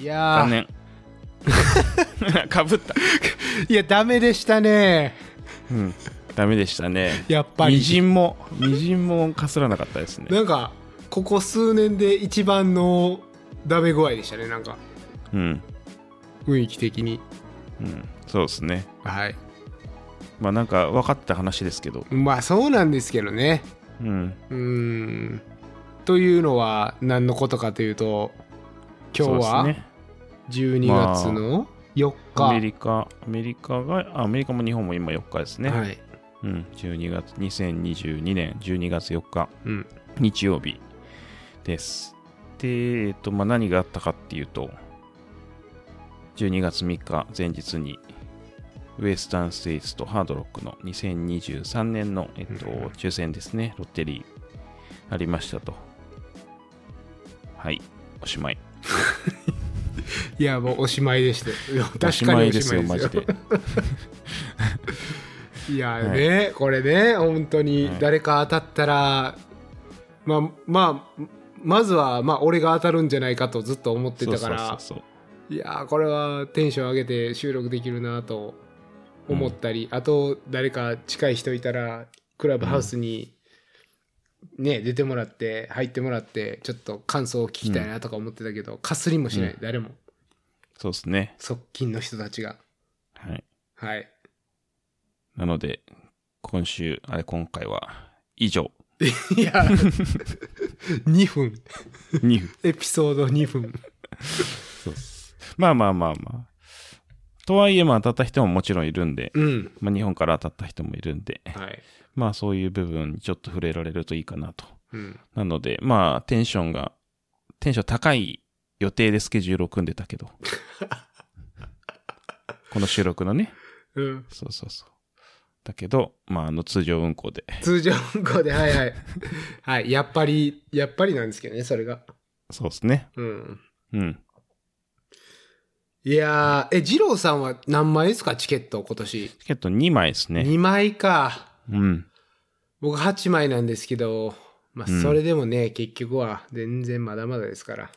や残ー念 かぶった、いやダメでしたねうん、ダメでしたねやっぱりみじんもみじんもかすらなかったですねなんかここ数年で一番のダメ具合でしたねなんかうん、雰囲気的にうん、そうですねはいまあなんか分かった話ですけどまあそうなんですけどねうんうーんというのは何のことかというと今日そうではすね12月の4日、アメリカアメリカがあアメリカも日本も今4日ですね、はい、うん、12月2022年12月4日うん、日曜日です。で、えっと、まあ、何があったかっていうと、12月3日前日に、ウエスタンステイツとハードロックの2023年の、えっとうんうん、抽選ですね、ロッテリーありましたと。はい、おしまい。いやもうおしまいでしたいやお確かにおしまいですよマジで。いやね、これね本当にはい誰か当たったら、まあまあまずはまあ俺が当たるんじゃないかとずっと思 ってそうたそかうらそうそう。いやーこれはテンション上げて収録できるなと思ったり、あと誰か近い人いたらクラブハウスに、ね出てもらって入ってもらってちょっと感想を聞きたいなとか思ってたけど、かすりもしない、うん誰もそうですね。側近の人たちがはい。 はいなので、今週、あれ、今回は、以上、い や2分2分。エピソード2分そうっすまあまあまあまあ。とはいえ、まあ当たった人ももちろんいるんで、うんまあ日本から当たった人もいるんで、はい、まあそういう部分にちょっと触れられるといいかなと。うん、なので、まあテンションが、テンション高い予定でスケジュールを組んでたけど。この収録のね。うん、そうそうそう。だけど、まああの通常運行で。通常運行ではいはいはいやっぱりやっぱりなんですけどねそれがそうですね。うんうん。いやー、え、二郎さんは何枚ですか、チケット、今年。チケット2枚ですね。 2枚か。うん。僕8枚なんですけど、まあ、うんそれでもね、結局は全然まだまだですから。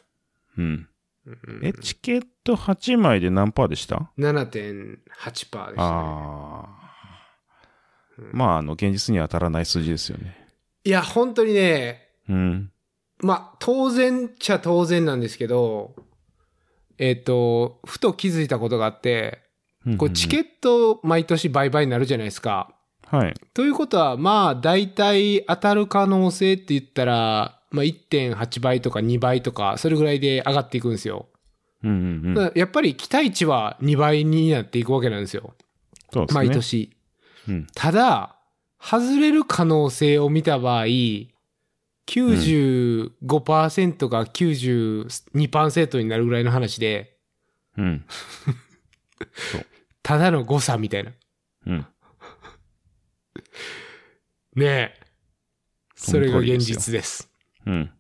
うん。うんうんえ、チケット8枚で何パーでした7.8%でした、ね。ああ、うんまあ、あの、現実には当たらない数字ですよね。いや、本当にね、うん。まあ、当然っちゃ当然なんですけど、えっ、と、ふと気づいたことがあって、こうチケッット毎年売買になるじゃないですか。トはい。ということは、まあ、大体当たる可能性って言ったら、まあ、1.8倍とか2倍とか、それぐらいで上がっていくんですよ。うんうんうだん。からやっぱり期待値は2倍になっていくわけなんですよ。そうですね。毎。年。うん。ただ、外れる可能性を見た場合、95%か92%になるぐらいの話で、うん。ただの誤差みたいな。うん。ねえ。それが現そ実です。うん。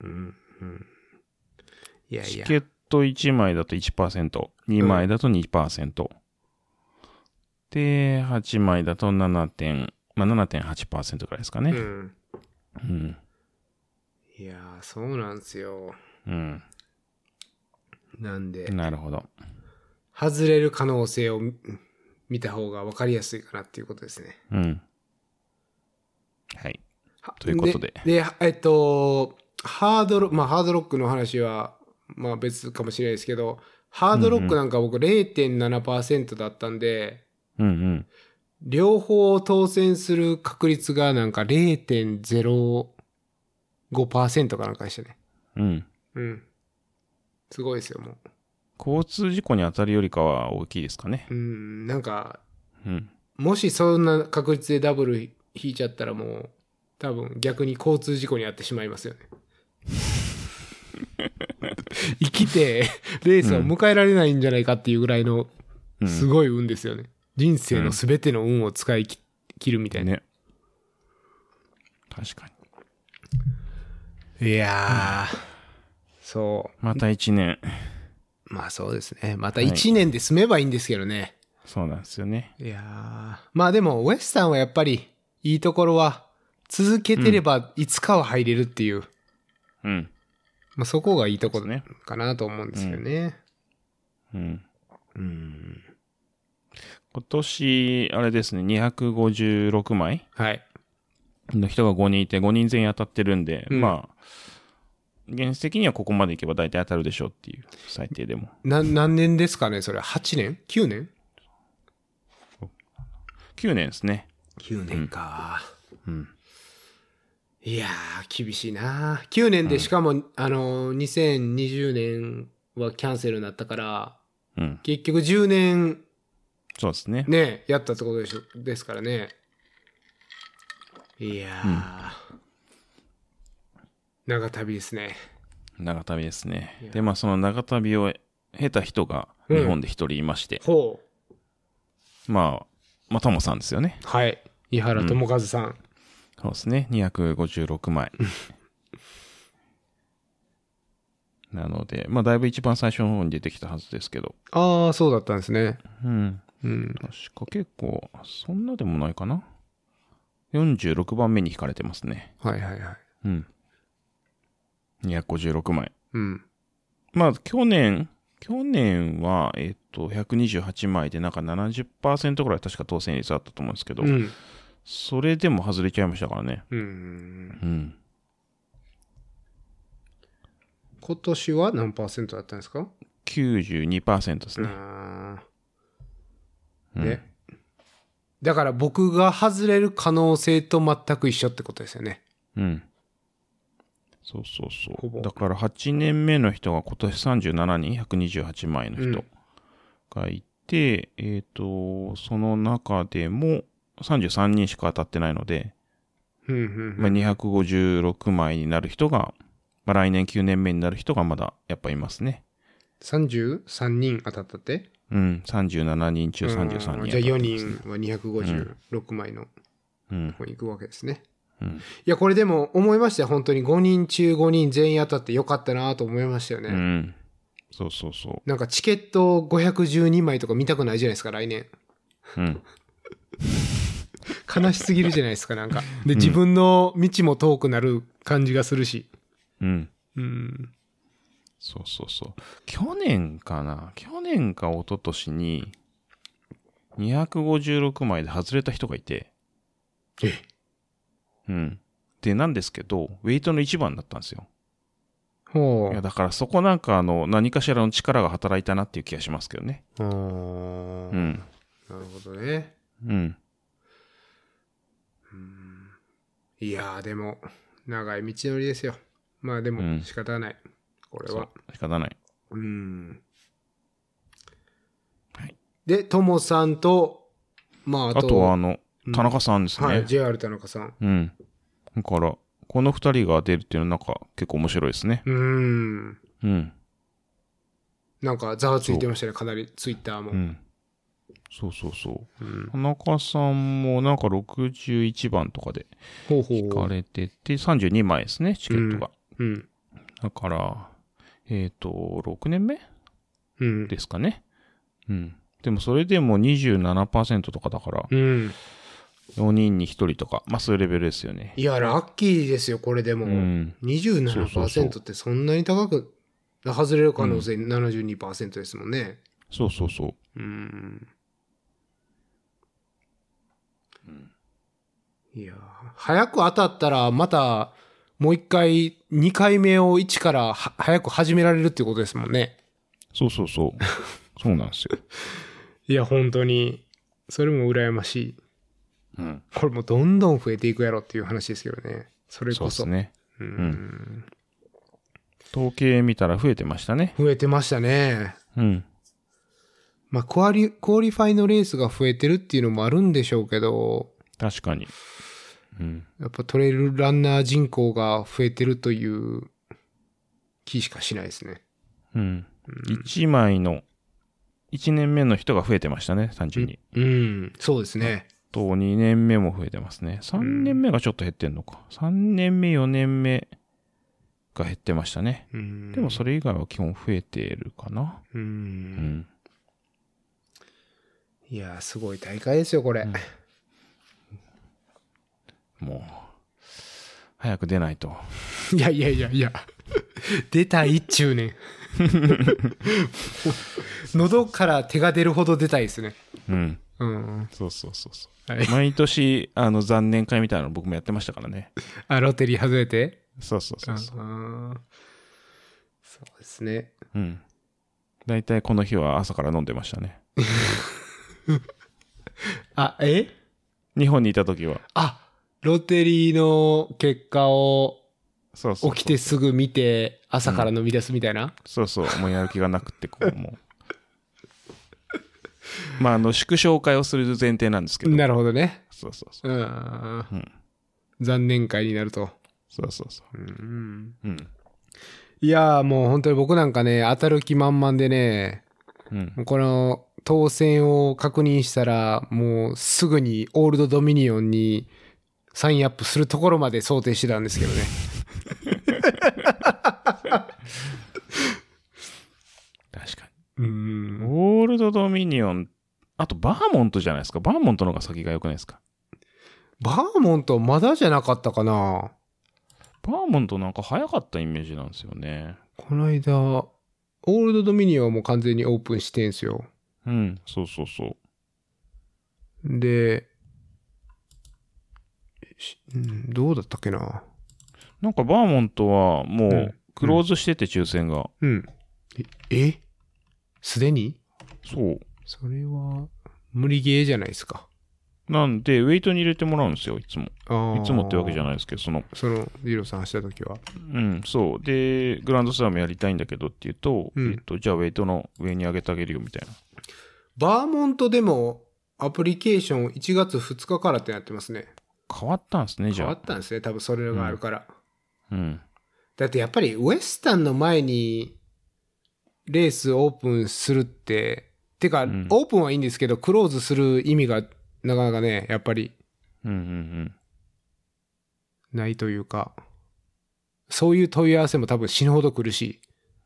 うんうんいやいチや。ケット1枚だと1%、2枚だと2%。で、8枚だと7点、まあ、7.8%くらいですかうね。んうん。いやーそうなんですようん。なんでなるほど。外れる可能性を見見た方が分かりやすいかなっていうことですねうん。はい。ということででえっとハードロまあハードロックの話はまあ別かもしれないですけどハードロックなんか僕0.7%だったんで、うんうん。両方当選する確率がなんか0.05%かなんかでしたねうん。うんすごいですよも交通事故に当たるよりかは大きいですかね。ううんなんかうん。もしそんな確率でダブル引いちゃったらもう多分逆に交通事故に遭ってしまいますよね。 生きてレースを迎えられないんじゃないかっていうぐらいのうんすごい運ですよね。人生の全ての運を使い切切るみたいな。ね。確かに。いやー、そまた一年、う。まあそうですね。また1年で済めばいいんですけどね。そうなんですよね。い、やー。まあでもウエスさんはやっぱりいいところは続けてればいつかは入れるっていう。うん。まあ、そこがいいとこそうですねかなと思うんですよね。うん。うん。今年、あれですね、256枚はい。の人が5人いて、5人全員当たってるんで、うんまあ、現実的にはここまでいけば大体当たるでしょうっていう、最低でも。な、何年ですかねそれ。8年 ?9 年9年ですね。 ?9 年か。うん。いやー、厳しいな9年で、しかも、あのー、2020年はキャンセルになったから、うん。結局10年そうですね。ね、やったってことでしょですからね。いやー、長旅ですね。長旅ですいねや。で、まあ、その長旅を経た人がうん日本で一人いまして、ほう。まあ、まあ、ともさんですよね。はい。井原智和さん。そうですね。256枚。 なので、まあ、だいぶ一番最初の方に出てきたはずですけど。ああ、そうだったんですね。うん。うん。確か結構、そんなでもないかな。46番目に引かれてますね。はいはいはい。うん。256枚。うん。まあ、去年、去年は、えっと、128枚で、なんか70%ぐらい確か当選率あったと思うんですけど、うん。それでも外れちゃいましたからね。うん。うん。今年は何パーセントだったんですか92%ですね。あうーんね。だから僕が外れる可能性と全く一緒ってことですよね。うん。そうそうほそぼう。だから8年目の人が今年37人、128枚の人がいて、えっ、と、その中でも33人しか当たってないので、うんうんまあ、256枚になる人が、まあ、来年9年目になる人がまだやっぱいますね。 33人当たったってうん、37人中33人当たっうてまんす、ね。じゃあ4人は256枚のうんこ、こに行くわけですね。うん、いや、これでも思いましたよ。本当に5人中5人全員当たってよかったなと思いましたよね。うん。そうそうそなんかチケット512枚とか見たくないじゃないですか、来年。う。うん。悲しすぎるじゃないですか、 なんか。で、自分の道も遠くなる感じがするし。うん。うん。そうそうそう。去年かな去年か一昨年に、256枚で外れた人がいて、えうん。で、なんですけど、ウェイトの一番だったんですよ。ほいや、う。だからそこなんかあの、何かしらの力が働いたなっていう気がしますけどね。あーうん。なるほどね。うん。いやー、でも、長い道のりですよ。まあでうも、ん仕方ない。これそはう。。仕方ない。うん。はい。で、ともさんと、まあ、ああと、とはあの、田中さんですね。はい、JR 田中さん。うん。だから、この二人が出るっていうのはなんか結構面白いですね。うーん。うん。なんか、ざわついてましたね、かなり、ツイッターも。うん。そうそうそう。うん田中さんもなんか61番とかでほうほ引かれてて、32枚ですね、チケットが。うん。だから、えっ、と、6年目うん。ですかね。うん。でもそれでも27%とかだから、うん。 4人に1人とか、まあそういうレベルですよね。いや、ラッキーですよ、これでも。うん。そうそうそう27%ってそんなに高く、外れる可能性72%ですもんね。そうそうそう。うん。いやー、早く当たったら、また、もう一回、2回目を1からは早く始められるっていうことですもんね。そうそ うそう。そうなんですよ。いや、本当に、それも羨ましい。うん。これもどんどん増えていくやろっていう話ですけどね。それそこうでそ。すね。う、うんん。統計見たら増えてましたね。増えてましたね。うん。まあ、クアリ、クオリファイのレースが増えてるっていうのもあるんでしょうけど、確かに。うん。やっぱトレイルランナー人口が増えてるという気しかしないですね。うん。1枚の、1年目の人が増えてましたね、単純に。うん、そうですね。と、2年目も増えてますね。3年目がちょっと減ってんのか。3年目、4年目が減ってましたね。うん、でもそれ以外は基本増えてるかな。う。うんん。いやー、すごい大会ですよ、これ。もう、早く出ないと。 いやいやいやいや、出たいっちゅうねん。喉から手が出るほど出たいですね。うん。うん。そうそうそうそう。はい。毎年、あの、残念会みたいなの僕もやってましたからね。あ、ロッテリー外れてそうそうそうそう。あーそうですね。うん。大体この日は朝から飲んでましたね。あ、え日本にいた時は。あ、ロッテリーの結果をそうそうそう。起きてすぐ見て、朝から飲み出すみたいな。そうそう、もうやる気がなくて、こう、も う。まあ、あの、縮小会をする前提なんですけど。なるほどね。そうそうそう。うん。うん残念会になると。そうそうそうん、う。うん。いやーもう本当に僕なんかね、当たる気満々でね、うん。もうこの当選を確認したら、もうすぐにオールドドミニオンにサインアップするところまで想定してたんですけどね。確かうんに。オールドドミニオン、あと、バーモントじゃないですか。バーモントの方が先が良くないですか。バーモントまだじゃなかったかなバーモントなんか早かったイメージなんですよね。この間、オールドドミニオンはもう完全にオープンしてんすよ。うん。そうそうそう。で、しうんどうだったっけななんか、バーモントはもう、うんクローズしてて、抽選が。うん。え、えすでにそう。それは、無理ゲーじゃないですか。なんで、ウェイトに入れてもらうんですよ、いつも。あいつもってわけじゃい。ないですけど、その、その、リロさん走った時は。うん、そう。で、グランドスラムやりたいんだけどって言うと、うんえっと、じゃあウェイトの上に上げてあげるよみたいな。バーモントでも、アプリケーション1月2日からってなってますね。変わったんですね、じ変ゃわっ。あたんですね。多分それがあるから。うん。だってやっぱりウエスタンの前にレースオープンするって、てか、うんオープンはいいんですけど、クローズする意味がなかなかね、やっぱりうんうんないというか、そういう問い合わせも多分死ぬほど苦しい。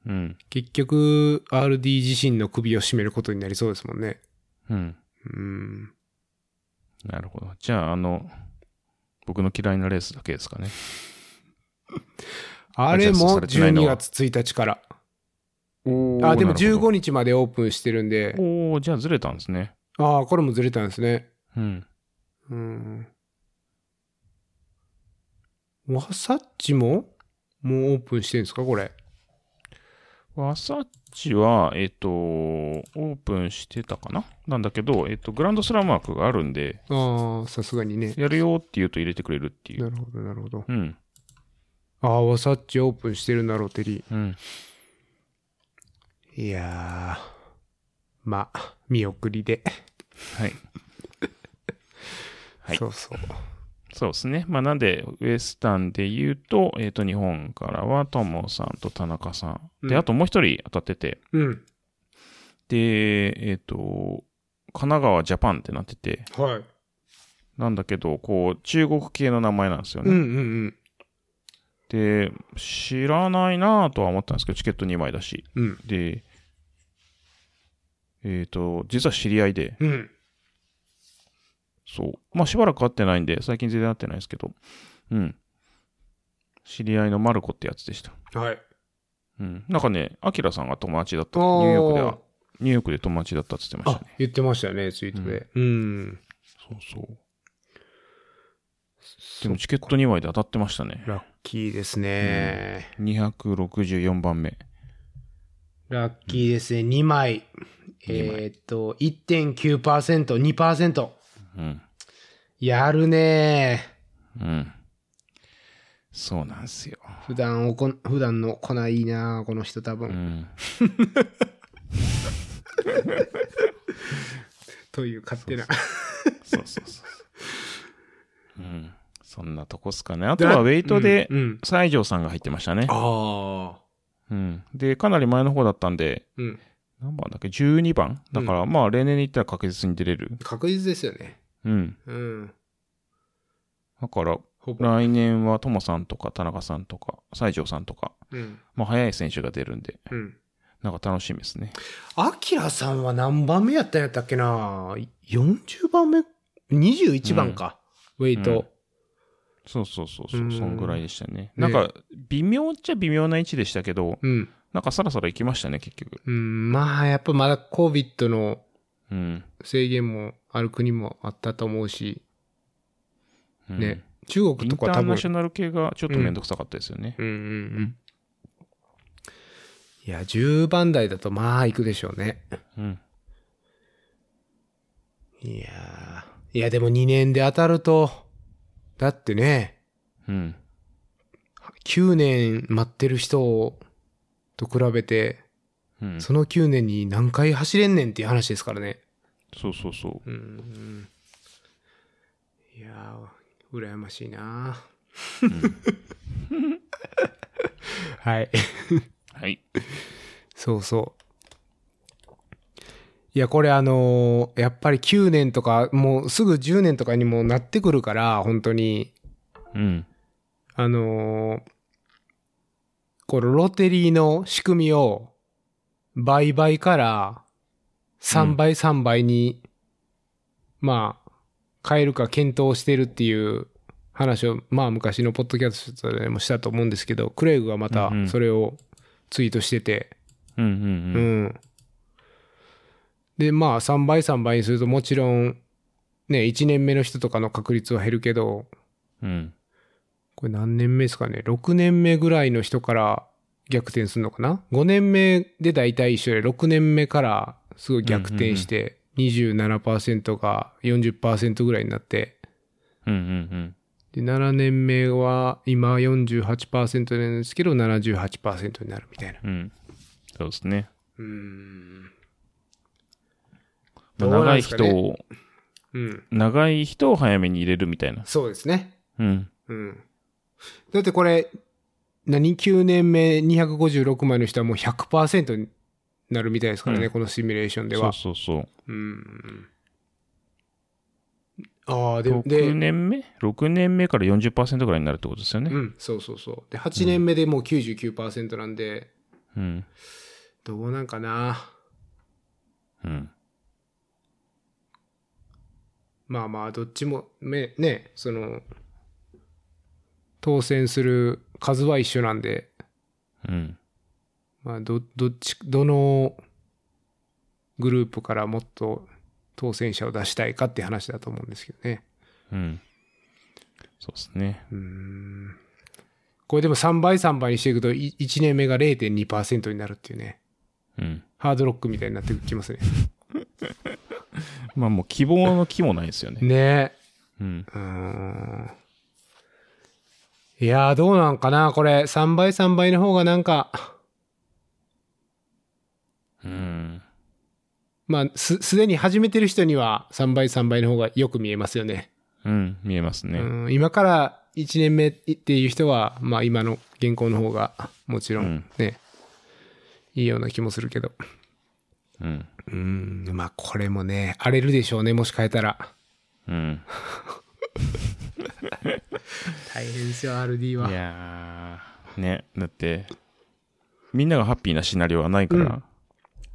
うん。うん。結局、RD 自身の首を絞めることになりそうですもんね。うん。うん。なるほど。じゃあ、あの、僕の嫌いなレースだけですかね。あれもアジャストされてない12のは月1日から。おあ、でも15日。日までオープンしてるんで、おーじゃあずれたんですね。ああ、これもずれたんですね。うん。うん。ワサッチももうオープンしてるんですかこれ。ワサッチは、えっ、と、オープンしてたかななんだけど、えっ、と、グランドスラム枠があるんで、ああ、さすがにね。やるよって言うと入れてくれるっていう。なるほど、なるほど。うん。ああ、ワサッチオープンしてるな、ロテリうん。ー。いやー。まあ、見送りで。はい。はいそうそう。そうですね。まあ、なんで、ウエスタンで言うと、えっ、と、日本からは、ともさんと田中さん。うで、んあともう一人当たってて、うん。で、えっ、と、神奈川、ジャパンってなってて、はい。なんだけど、こう、中国系の名前なんですようんうね。んうん。で、知らないなぁとは思ったんですけど、チケット2枚だし。うん。で、えっ、と、実は知り合いで、うん。そう。まあ、しばらく会ってないんで、最近全然会ってないですけど、うん。知り合いのマルコってやつでした。はい。うん、なんかね、アキラさんが友達だった。あニューヨークでーは、ニューヨークで友達だったって言ってましあたね。、言ってましたね、ツイートで。うん。そうそう。でもチケット2枚で当たってましたね。ラッキーですね。 264番目。ラッキーですね。2枚。二枚えーっと、1.9%、2%。うん。やるねうん。そうなんすよ。普段おこ、普段の粉いいなこの人多分、うん。 という勝手な。そ うそうそうそう。うん。そんなとこっすかね。あとはウェイトでう、ん。うん西条さんが入ってましたね。ああ。うん。で、かなり前の方だったんで、うん。何番だっけ ?12 番だから、まあ、例年に言ったら確実に出れる。確実ですよね。うん。うん。だから、ほぼ。来年はトモさんとか田中さんとか西条さんとか、うん。まあ、早い選手が出るんで、うん。なんか楽しみですね。アキラさんは何番目やったんやったっけな ?40 番目 ?21 番か。ウェイト。そうそうそうそうう、んそんぐらいでしたね。なんか、微妙っちゃ微妙な位置でしたけど、うん。なんかさらさら行きましたね、結局。うん、まあ、やっぱまだ COVID のうん。制限もある国もあったと思うし、うんね。中イ国ンとかタ多ー分ナシ、ョナル系がちょっとめんどくさかったですよね。うんうんうん。いや、10番台だとまあ行くでしょうね。うん。いやーいやでも2年で当たると、だってね、うん。 9年待ってる人をと比べて、うん。その9年に何回走れんねんっていう話ですからね。そうそうそう。うんうん。いやー、羨ましいな、はい。はい。そうそう。いや、これあのーやっぱり9年とか、もうすぐ10年とかにもなってくるから、本当に、うん。あのーこのロテリーの仕組みを、倍倍から3倍3倍に、まあ、変えるか検討してるっていう話を、まあ昔のポッドキャストでもしたと思うんですけど、クレイグがまたうんうんそれをツイートしてて、うんうんううん。ん。で、まあ、3倍3倍にすると、もちろん、ね、1年目の人とかの確率は減るけど、うん。これ何年目ですかね、6年目ぐらいの人から逆転するのかな ?5 年目で大体一緒で、6年目からすごい逆転して、27%が40%ぐらいになって、うんうんで、7年目は今48%なんですけど、78%になるみたいな。うん。うん。そうですね。うーん。どうな長んでいすか人ねを、うん。長い人を早めに入れるみたいな。そうですね。うん。うん。だってこれ、何 ?9 年目256枚の人はもう100%になるみたいですからね、うんこのシミュレーションでそうは。そうそう。うん。ああ、で、で、 6年目 ?6 年目から40%ぐらいになるってことですようね。ん、そうそうそう。で、8年目でもう99%なんで、うん。どうなんかな。うん。まあまあ、どっちも、ね、ね、その、当選する数は一緒なんで、うん。まあ、ど、どっち、どのグループからもっと当選者を出したいかって話だと思うんですけどね。うん。そうですね。うーん。これでも3倍3倍にしていくと、い1年目が0.2%になるっていうね。うん。ハードロックみたいになってきますね。まあもう希望の木もないですよね。ねうん。え。うーん。いやー、どうなんかなこれ、3倍3倍の方がなんか、うん。まあ、す、すでに始めてる人には3倍3倍の方がよく見えますよね。うん。見えますね。うん、今から1年目っていう人は、まあ今の現行の方がもちろうんんね、いいような気もするけど。うん。うん、まあこれもね、荒れるでしょうね、もし変えたら。うん。。大変ですよ、RD はいやー。ね。だって、みんながハッピーなシナリオはないから。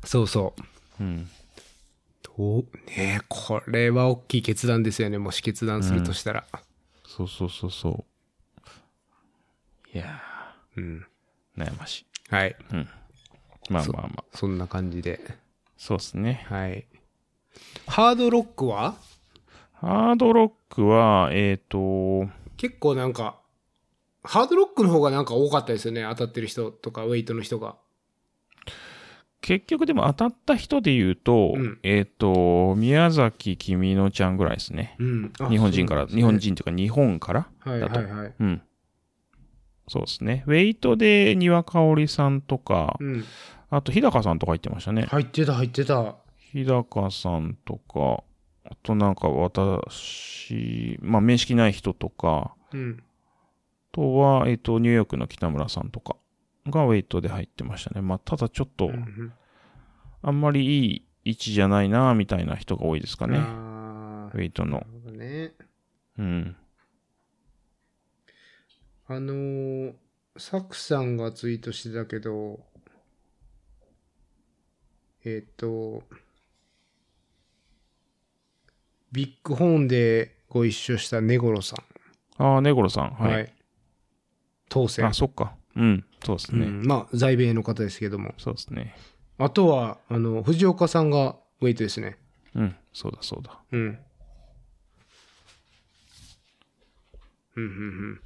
そうそう。うん。どうねこれは大きい決断ですよね、もし決断するとしたら。そうそうそうそう。いやうん。ー。悩ましい。はい。うん。まあまあまあ。そんな感じで。そうですね。はい。ハードロックはハードロックは、えっ、と、結構なんか、ハードロックの方がなんか多かったですよね、当たってる人とか、ウェイトの人が。結局でも当たった人で言うと、うんえっ、と、宮崎君のちゃんぐらいですね。うん。あ日本人かそら、う日なん本ですね人というか日本からはいだはと。いはい。うん。そうですね。ウェイトで、丹羽香織さんとか、うん。あと日高さんとか言ってましたね。入ってた入ってた。日高さんとか、あとなんか私、まあ面識ない人とか、うん。あとは、えっ、と、ニューヨークの北村さんとかがウェイトで入ってましたね。まあただちょっと、うんあんまりいい位置じゃないな、みたいな人が多いですかうんね。あウェイトあ。なのる。ほどね。うん。あのー、サクさんがツイートしてたけど、えっ、と、ビッグホーンでご一緒した根ロさん。ああ、根ロさん。はい。当選あ、。そっか。うん、そうですね。うんまあ、在米の方ですけども。そうですね。あとは、あの、藤岡さんがウェイトですね。うん、そうだそうだ。うん。うんうんうん。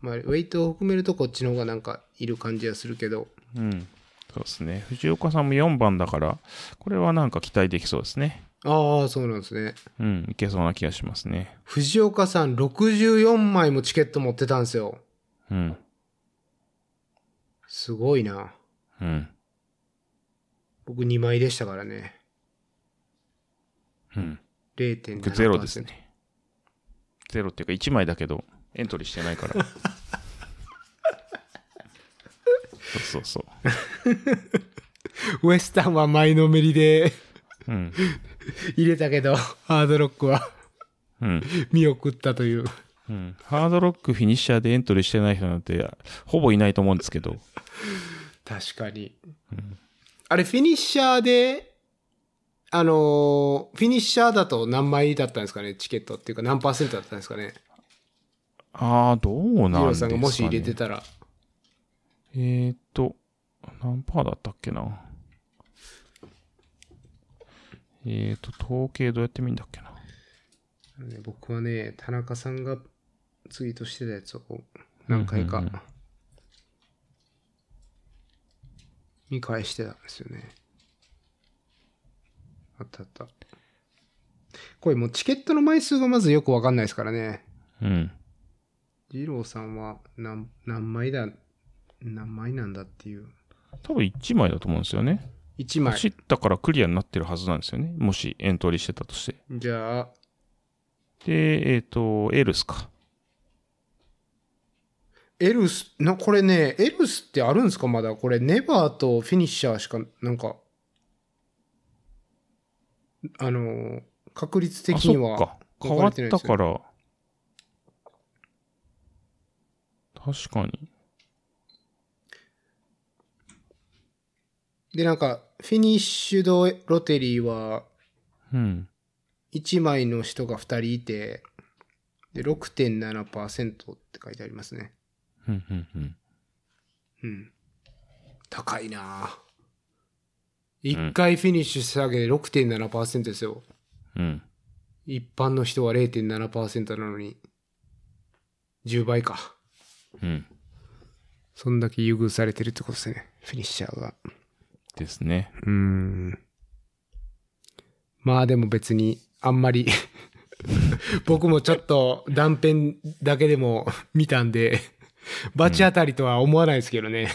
まあ、ウェイトを含めるとこっちの方がなんかいる感じはするけど。うん、そうですね。藤岡さんも4番だから、これはなんか期待できそうですね。ああ、そうなんですね。うん、いけそうな気がしますね。藤岡さん64枚もチケット持ってたんですよ。うん、すごいな。うん、僕2枚でしたからね。うん。 0.7%。ゼロです。ね。ゼロっていうか1枚だけど、エントリーしてない から。そうそうそウエスタンは前のめりでう。うん、 入れたけど、ハードロックはうん、見送ったという。うん。ハードロックフィニッシャーでエントリーしてない人なんて、ほぼいないと思うんですけど。確かに。あれ、フィニッシャーで、あのーフィニッシャーだと何枚だったんですかね、チケットっていうか何パーセントだったんですかね。ああ、どうジなんロでーすさかんがね。もし入れてたら。えーっと、何パーだったっけな。えーっと、統計どうやって見るんだっけな。ね僕はね、田中さんがツイートしてたやつを何回うかんうんうん見返してたんですよね。あったあった。これもうチケットの枚数がまずよくわかんないですからね。うん。二郎さんは何何枚だ、何枚なんだっていう。多分1枚だと思うんですよね。 1枚。走ったからクリアになってるはずなんですよね。もしエントリーしてたとして。じゃあ、で、えーっと、エルスか。エルス、な、これね、エルスってあるんですかまだ。これ、ネバーとフィニッシャーしか、なんか、あのー、確率的あ、にそっはか。。変分かわれってないたですよから。確かに。で、なんか、フィニッシュドロテリーは、うん。 1枚の人が2人いて、で、6.7%って書いてありますね。うん、うん、うん。うん。高いなぁ。1回フィニッシュしただけで6.7%ですよ。うん。一般の人は0.7%なのに、10倍か。うん。そんだけ優遇されてるってことですね。フィニッシャーが。ですね。うーん。まあでも別に、あんまり、 僕もちょっと断片だけでも見たんで、バチ当たりとは思わないですけどね。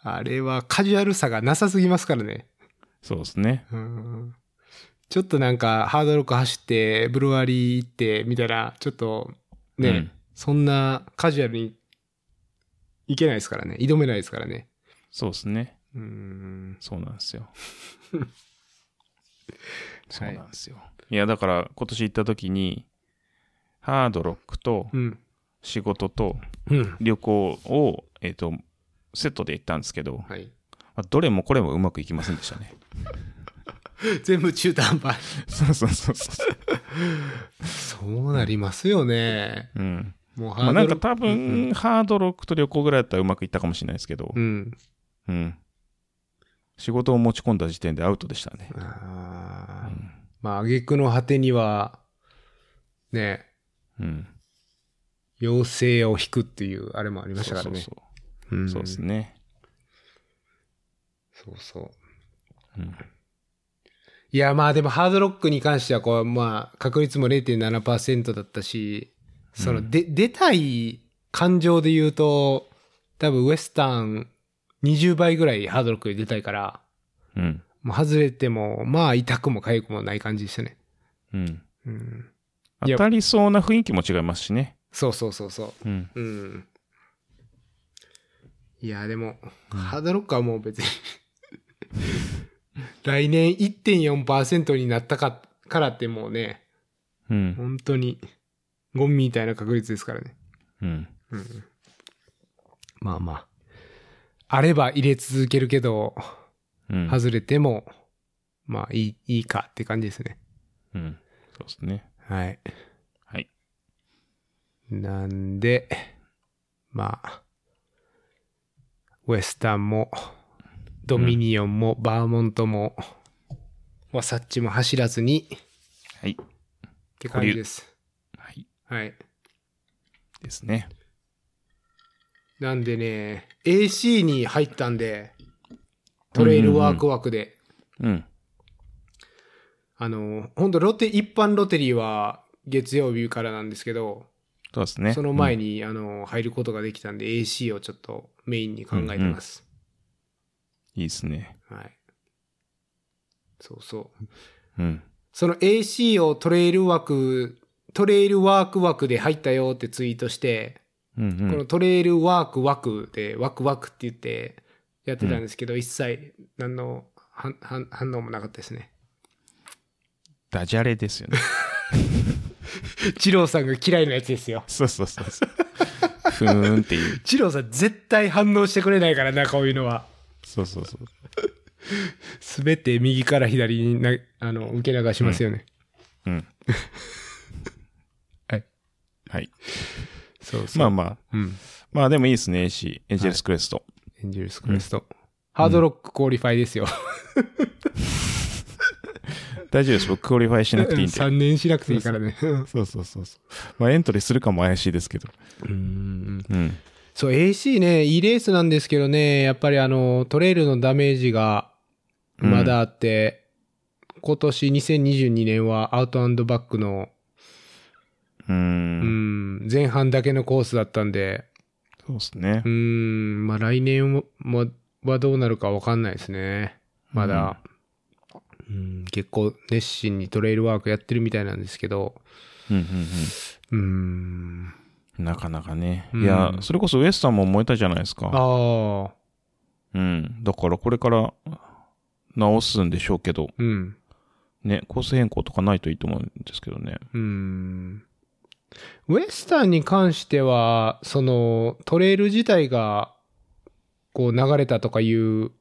あれはカジュアルさがなさすぎますからね。そうですね。うんちょっとなんかハードロック走ってブルワリー行ってみたいなちょっとね、うんそんなカジュアルに行けないですからね挑めないですからねそうですね。うんそうなんですよ。 そうなんですよ。、はいや、だから今年行った時に、ハードロックとうん仕事とうん旅行を、えっ、と、セットで行ったんですけど、まはいあどれもこれもうまくいきませんでしたね。全部中途半端 そうそうそうそう。そうなりますよね うん。もうまハあーなんドかロック多分、うんハードロックと旅行ぐらいだったらうまくいったかもしれないですけどう、んうん。仕事を持ち込んだ時点でアウトでしたね。うあーん。まあ挙句の果てにはねうん。妖精を引くっていうあれもありましたからねそうそううそう。んそうですね。そうそううん。いや、まあでもハードロックに関しては、こう、まあ、確率も0.7%だったし、その、で、出たい感情で言うと、多分ウエスタン20倍ぐらいハードロックで出たいから、うん。もう外れても、まあ痛くも痒くもない感じでしたね。うん。うん。いや当たりそうな雰囲気も違いますしね。そうそうそうそうん。う。うん。いや、でも、ハードロックはもう別に、来年1.4%になったか、からってもうね、うん。本当に、ゴミみたいな確率ですからね。うん。うん。まあまあ。あれば入れ続けるけど、うん。外れても、まあいい、いいかって感じですね。うん。そうですね。はい。はい。なんで、まあ、ウェスタンも、ドミニオンも、バーモントも、まあ、サッチも走らずに、はい。って感じです。はい。はい。ですね。なんでね、AC に入ったんで、トレイルワーク枠で、うん。あの、本当ロテ、一般ロテリーは月曜日からなんですけど、そうですね。その前に。に、あの、入ることができたんで、AC をちょっとメインに考えてます。いいですね。はい。そうそう。うん。その AC をトレイル枠、トレイルワーク枠で入ったよってツイートして、うんうこのん。トレイルワーク枠で、ワクワクって言ってやってたんですけど、一切何の反反反応もなかったですね。ダジャレで すよね。二郎さんが嫌いなやつですよ。そうそうそうそう。ふーんっていう。二郎さん絶対反応してくれないからな、こういうのは。そうそうそう。すべて右から左になあの受け流しますよね。うん。 はい。はい。そうそう。まあまあ。うん。まあでもいいですね、AC。エンジェルスクエスト。エンジェルスクエスト。ハードロッククオリファイですよ。大丈夫です。僕、クオリファイしなくてい いんで。 3年しなくていいからね。そうそうそうそう。まあエントリーするかも怪しいですけど。うんうん。そう、AC ね、いいレースなんですけどね、やっぱりあの、トレイルのダメージがまだあって、今年2022年はアウトバックの、うー。うんん、前半だけのコースだったんで、そうですねう。ん、まあ来年もまはどうなるかわかんないですね。まだ、うん、結構熱心にトレイルワークやってるみたいなんですけど、うんうんうん。うん、なかなかね。うんいや、それこそウエスタンも燃えたじゃないですか。ああ、うん。だからこれから直すんでしょうけど、うん、ね、コース変更とかないといいと思うんですけどね。うん。ウエスタンに関しては、そのトレイル自体が、こう流れたとかいう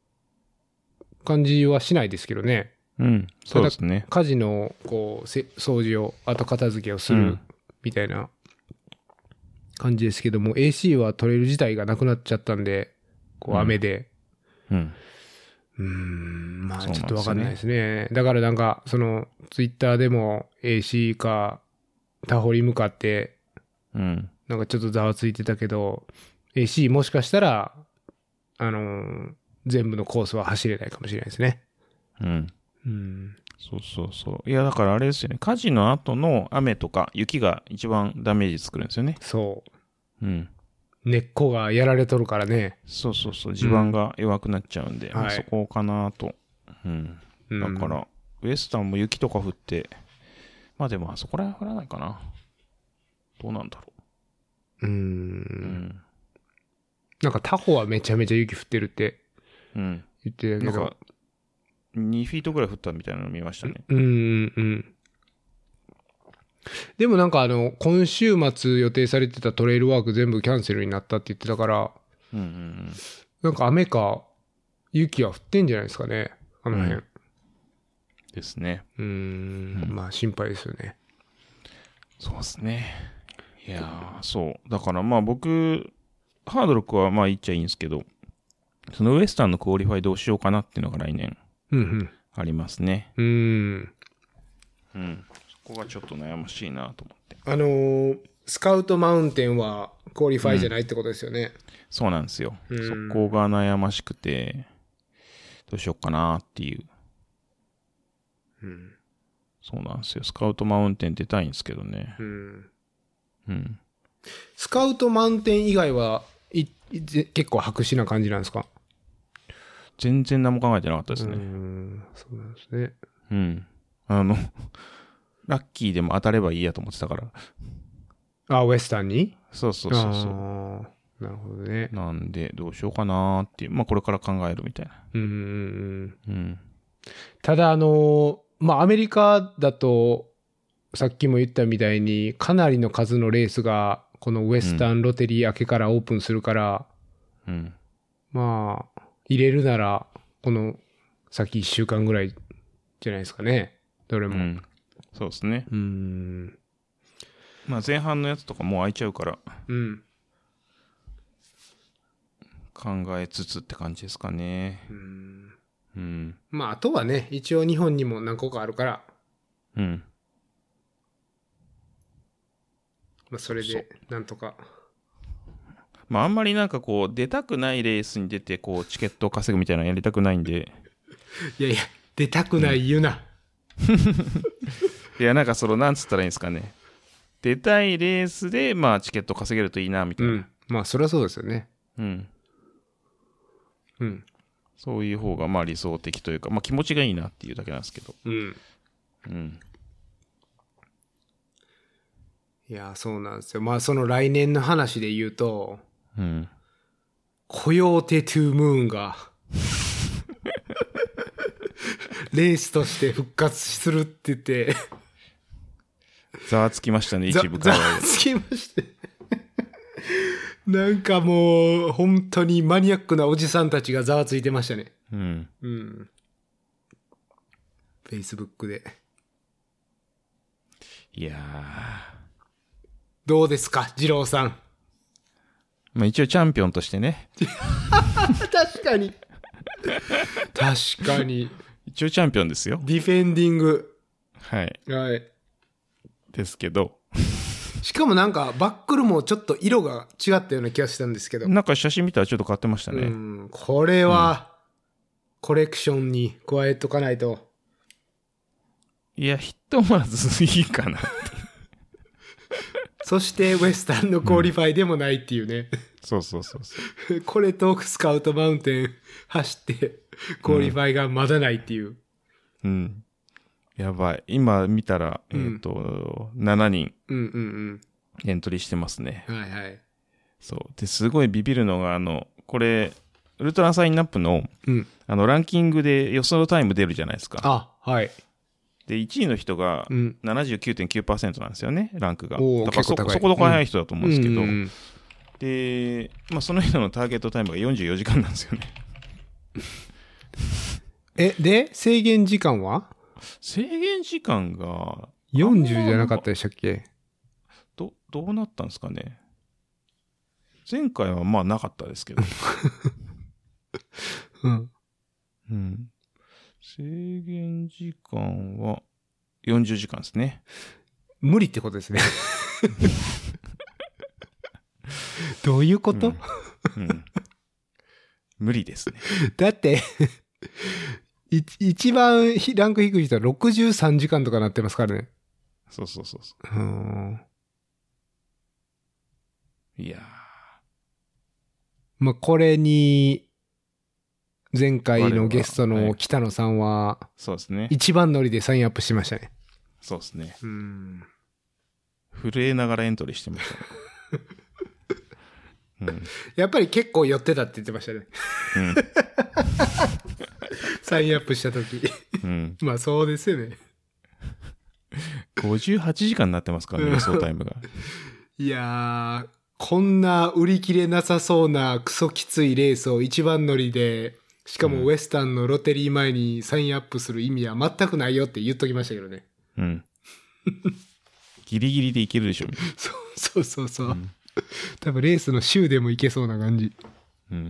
感じはしないですけどね。うん。そうですね。家事の、こう、せ掃除を、後片付けをすうるん、みたいな感じですけども、AC はトレイル自体がなくなっちゃったんで、こう、うん雨で。うん。うーんまあそうなんですちょねっとわかんないですね。だからなんか、その、ツイッターでも AC かタホリ向かって、うん。なんかちょっとざわついてたけど、AC もしかしたら、あのー全部のコースは走れないかもしれないですね。うん。うん。そうそうそう。いや、だからあれですよね。火事の後の雨とか雪が一番ダメージ作るんですよね。そうん。う。根っこがやられとるからね。そうそうそう。地盤が弱くなっちゃうんで、んまあはいそこかなと。うん。うんだから、ウエスタンも雪とか降って、まあでもあそこら辺降らないかな。どうなんだろうー。う。うんん。なんかタホはめちゃめちゃ雪降ってるってうん。言ってたけなんどか。、2フィートぐらい降ったみたいなの見ましたね。うんうんうん。でもなんかあの、今週末予定されてたトレイルワーク全部キャンセルになったって言ってたから、うんうんなんか雨か雪は降ってんじゃないですかね。あの辺。ううんうん。ですね。ーん。んまあ心配ですよね。そうですね。いやー、そう。だからまあ僕、ハードロックはまあ言っちゃいいんですけど、そのウエスタンのクオリファイどうしようかなっていうのが来年うんうん。ありますね。うーん。うん。そこがちょっと悩ましいなと思って。あのースカウトマウンテンはクオリファイじゃないってことですよね。そうなんですよ。うんそこが悩ましくて、どうしようかなっていう。うん。そうなんですよ。スカウトマウンテン出たいんですけどねう。ん。うん。スカウトマウンテン以外はいいぜ結構白紙な感じなんですか全然何も考えてなかったですうーね。ん。そうなんですね。うん。あの、 ラッキーでも当たればいいやと思ってたから。あ、ウエスタンにそうそうそうそう。あーなるほどね。なんで、どうしようかなーっていう。まあ、これから考えるみたいな。うんうんうん。うん。ただ、あのーまあ、アメリカだと、さっきも言ったみたいに、かなりの数のレースが、このウエスタンロテリー明けからオープンするから、うん。まあ、入れるなら、この先1週間ぐらいじゃないですかね。どれうも。ん。そうですね。うん。まあ前半のやつとかもう空いちゃうからうん。考えつつって感じですかね。うんうん。まあ、あとはね、一応日本にも何個かあるから、うん。まあ、それそうで、なんとか。まああんまりなんかこう出たくないレースに出てこうチケットを稼ぐみたいなのやりたくないんで。いやいや、出たくない言うな。いやなんかそのなんつったらいいんですかね。出たいレースでまあチケット稼げるといいなみたういん。な。まあ、そりゃそうですよね。うん。うん。そういう方がまあ理想的というか、まあ気持ちがいいなっていうだけなんですけど。うん。うん。いや、そうなんですよ。まあ、その来年の話で言うと、うん。コヨーテ・トゥ・ムーン が、レースとして復活するって言って、ざわつきましたね、ざ一部ざ会わ話で。つきまして。なんかもう、本当にマニアックなおじさんたちがざわついてましたね。うん。うん。Facebook で。いやー。どうですか、二郎さん。まあ一応チャンピオンとしてね。 確かに。確かに。一応チャンピオンですよ。ディフェンディング。はい。はい。ですけど。しかもなんか、バックルもちょっと色が違ったような気がしたんですけど。なんか写真見たらちょっと変わってましたね。うん、これは、コレクションに加えとかないと。いや、ひとまずいいかな。そ して、ウエスタンのクオリファイでもないっていうね。そうそうそうそ う。これとスカウトマウンテン走って、クオリファイがまだないっていう。うん。やばい。今見たら、えっ、うんと、7人うんうんエントリーしてますね。うん。はいはい。そう。で、すごいビビるのが、あの、これ、ウルトラサインナップの、うん。あの、ランキングで予想タイム出るじゃないですか。あ、はい。で、1位の人がうん79.9%なんですよね、ランクが。おーだからそ結構高いそこどこら早い人だと思うんですけど、うんうんで、まあ、その人のターゲットタイムが44時間なんですよね。え、で、制限時間は制限時間が、 ?40 じゃなかったでしたっけど、どうなったんですかね。前回はまあなかったですけど。うん。うん。制限時間は40時間ですね。無理ってことですね。 どういうこと、うん、うん無理ですね。だって、い一番ひランク低い人は63時間とかなってますからね。そうそうそうそうーん。う。いやまあ、これに、前回我はのゲストはのい北野さんは、ーそうですね。一番乗りでサインアップしましたね。そうですね。うん。震えながらエントリーしてましたね、やっぱり結構寄ってたって言ってましたね。うん。サインアップした 時。うん。うん。まあ、そうですよね。 58時間になってますからね、予想タイムが。いやー、こんな売り切れなさそうなクソきついレースを一番乗りで、しかうもんウエスタンのロテリー前にサインアップする意味は全くないよって言っときましたけどね。 うん。ギリギリでいけるでしょ、みたいそうそうそうそう。うん多分レースの週でもいけそうな感じ。な。うん。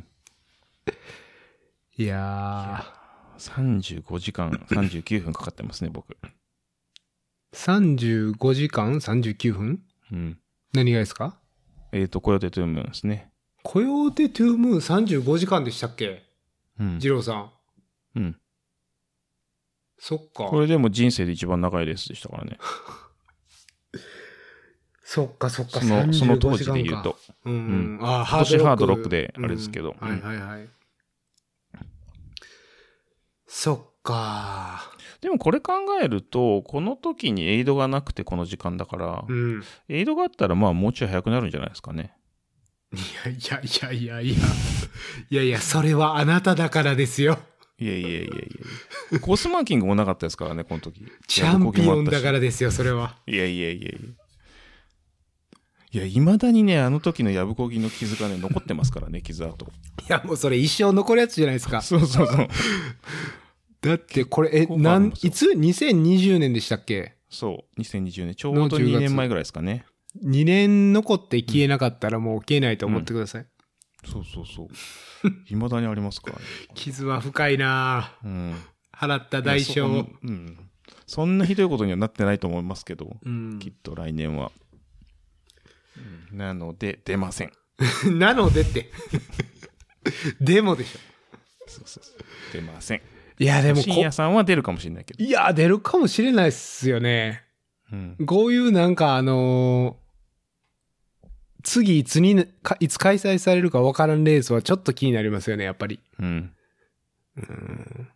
いや35時間、39分かかってますね、僕。ー、35時間 ?39 分うん。何がですかえっ、と、コヨテトゥームーンですね。コヨーテ・トゥームーン35時間でしたっけうん二。郎さん。うん。そっか。これでも人生で一番長いレースでしたか らね。そっかそっか。その、その35当時時間でか言うと。。うん、あ今年ハードロックであれですけどうんうはんいはいはい。そっか。でもこれ考えると、この時にエイドがなくてこの時間だから、うん。エイドがあったらまあもうちょい早くなるんじゃないです かね。いやいやいやいやいや。いやいや、それはあなただからですよ。いやいやいやいやいや。コースマーキングもなかったですからね、この時。。チャンピオンだかららですよ、それは。いやいやいやいや。いや、いまだにね、あの時のやぶこぎの傷がね、残ってますからね、傷跡。いや、もうそれ一生残るやつじゃないですか。そうそうそう。だってこれ、え、結構あなりんま、すよいつ ?2020 年でしたっけそう、2020年、ちょうのど10 2月年前ぐらいですかね。 2年残って消えなかったらもう消えないと思ってください。そうそうそう。いまだにありますからね。傷は深いなぁうん。払った代いやそ償こ。うん。そんなひどいことにはなってないと思いますけど、うんきっと来年は。なので、出ません。 なのでって。でもでしょ。そうそうそう出ません。いや、でもこ深夜さんは出るかもしれないけど。いや、出るかもしれないっすよね。うん。こういうなんかあのー次いつにか、いつ開催されるかわからんレースはちょっと気になりますよね、やっぱり。うん。うん。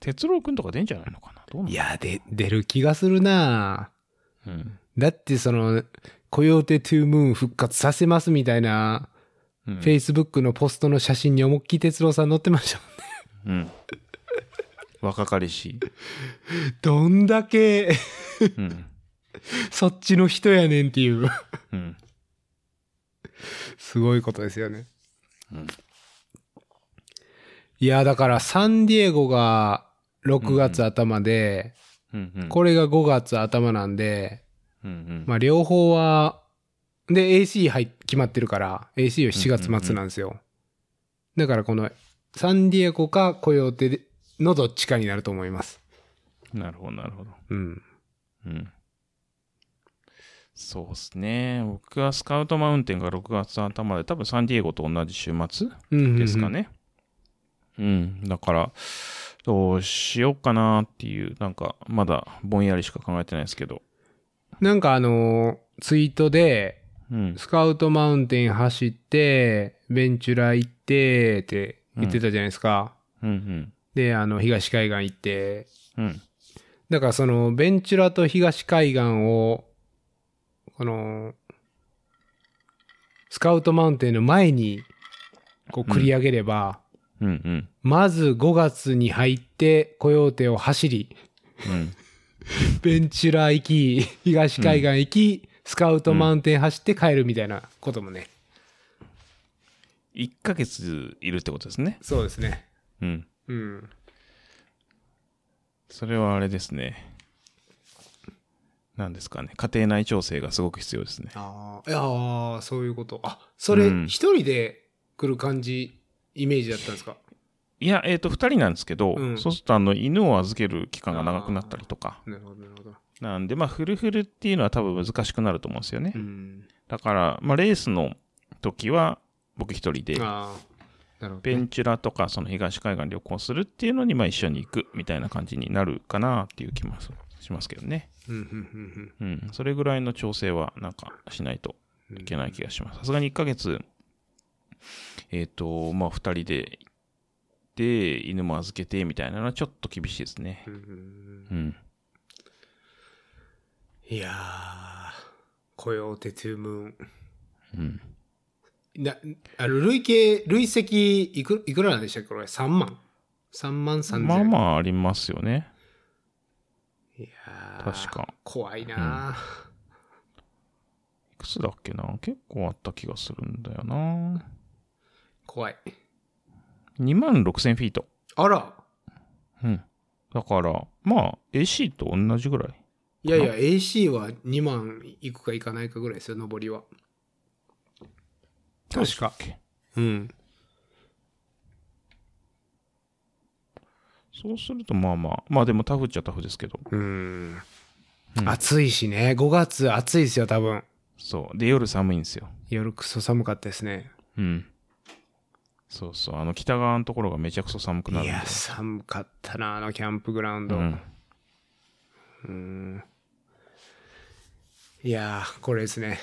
哲郎くんとか出んじゃないのかなどうなのいや、で、出る気がするなぁうん。だってその、コヨーテ・トゥ・ムーン復活させますみたいな、うん。 Facebook のポストの写真に思いっきり哲郎さん載ってましたもんね。うん。若かりし。どんだけ、 うん。そっちの人やねんっていう。うん。すごいことですよね。うんいや、だからサンディエゴが6月頭で、うん。うん。これが5月頭なんで、うん。まあ両方は、で AC 入っ決まってるから、AC は7月末なんですよ。だからこのサンディエゴかコヨーテのどっちかになると思います。うん。なるほど、なるほど。うん。うん。そうですね。僕はスカウトマウンテンが6月頭で、多分サンディエゴと同じ週末うんうんうんですか。ね。うん、だから、どうしようかなっていう、なんか、まだぼんやりしか考えてないですけど。なんかあのーツイートで、うん。スカウトマウンテン走って、ベンチュラ行って、って言ってたじゃないですか。うんで、あの、東海岸行って。うん。うん。だからその、ベンチュラと東海岸を、この、スカウトマウンテンの前に、こう、繰り上げれば、うんうん。まず5月に入って、コヨーテを走り、うん。ベンチュラ行き、東海岸行き、スカウトマウンテン走って帰るみたいなこともね。 1ヶ月いるってことですね。そうですね。うん。うん。それはあれですね。なんですかね。家庭内調整がすごく必要ですね。ああ、いやーそういうこと。あ、それ、うん一人で来る感じ、イメージだったんですかいや、えっ、と、2人なんですけど、うんそうすると、あの、犬を預ける期間が長くなったりとか。なるほど、なるほど。なんで、まあ、フルフルっていうのは多分難しくなると思うんですよね。うん。だから、まあ、レースの時は僕一人で、ああ、なるほどベね、ンチュラとかその東海岸旅行するっていうのに、まあ、一緒に行くみたいな感じになるかなっていう気もしますけどね。うん、うん、うん、うん。それぐらいの調整はなんかしないとうん。いけない気がします。さすがに1ヶ月、えっ、と、まあ、二人で行って、犬も預けてみたいなのはちょっと厳しいですねう。ん。うん。いやー、雇用手トゥームーン。うん。な、あの、累計、累積、いく、いくらなんでしたっけこれ、3万。3万3千。まあまあありますよね。いやー確か。怖いなはいくつだっけな結構あった気がするんだよな。ー怖い。 2万6000フィート。あら、うん。だから、まあ、AC と同じぐらい。いやいや、AC は2万いくかいかないかぐらいですよ、上りは。確かどうでしたっけ。うん。そうすると、まあまあ、まあでもタフっちゃタフですけど。うん。暑いしね、5月暑いですよ、多分。そう。で、夜寒いんですよ。夜クソ寒かったですね。うん。そうそう。あの、北側のところがめちゃくそ寒くなるんいで。や、寒かったな、あのキャンプグラウンうド。ん。いやー、これですね。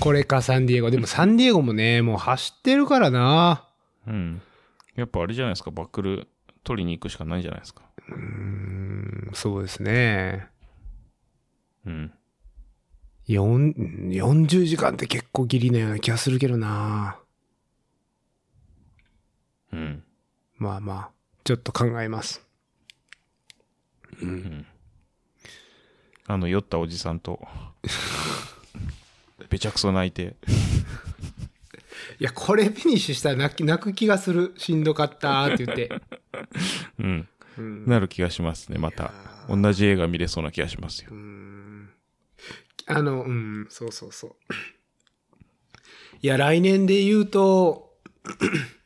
これか、サンディエゴ。でも、サンディエゴもね、 もう走ってるからな。うん。やっぱあれじゃないですか。バックル取りに行くしかないじゃないですか。うん、そうですね。うん。 4 40時間って結構ギリなような気がするけどな。うん。まあまあ、ちょっと考えます。あの、酔ったおじさん と、めちゃくそ泣いて。いや、これフィニッシュしたら泣き泣く気がする。しんどかったーって言って。うん。うん なる気がしますね、また。同じ映画見れそうな気がしますよ。あの、うん、そうそうそう。いや、来年で言うと、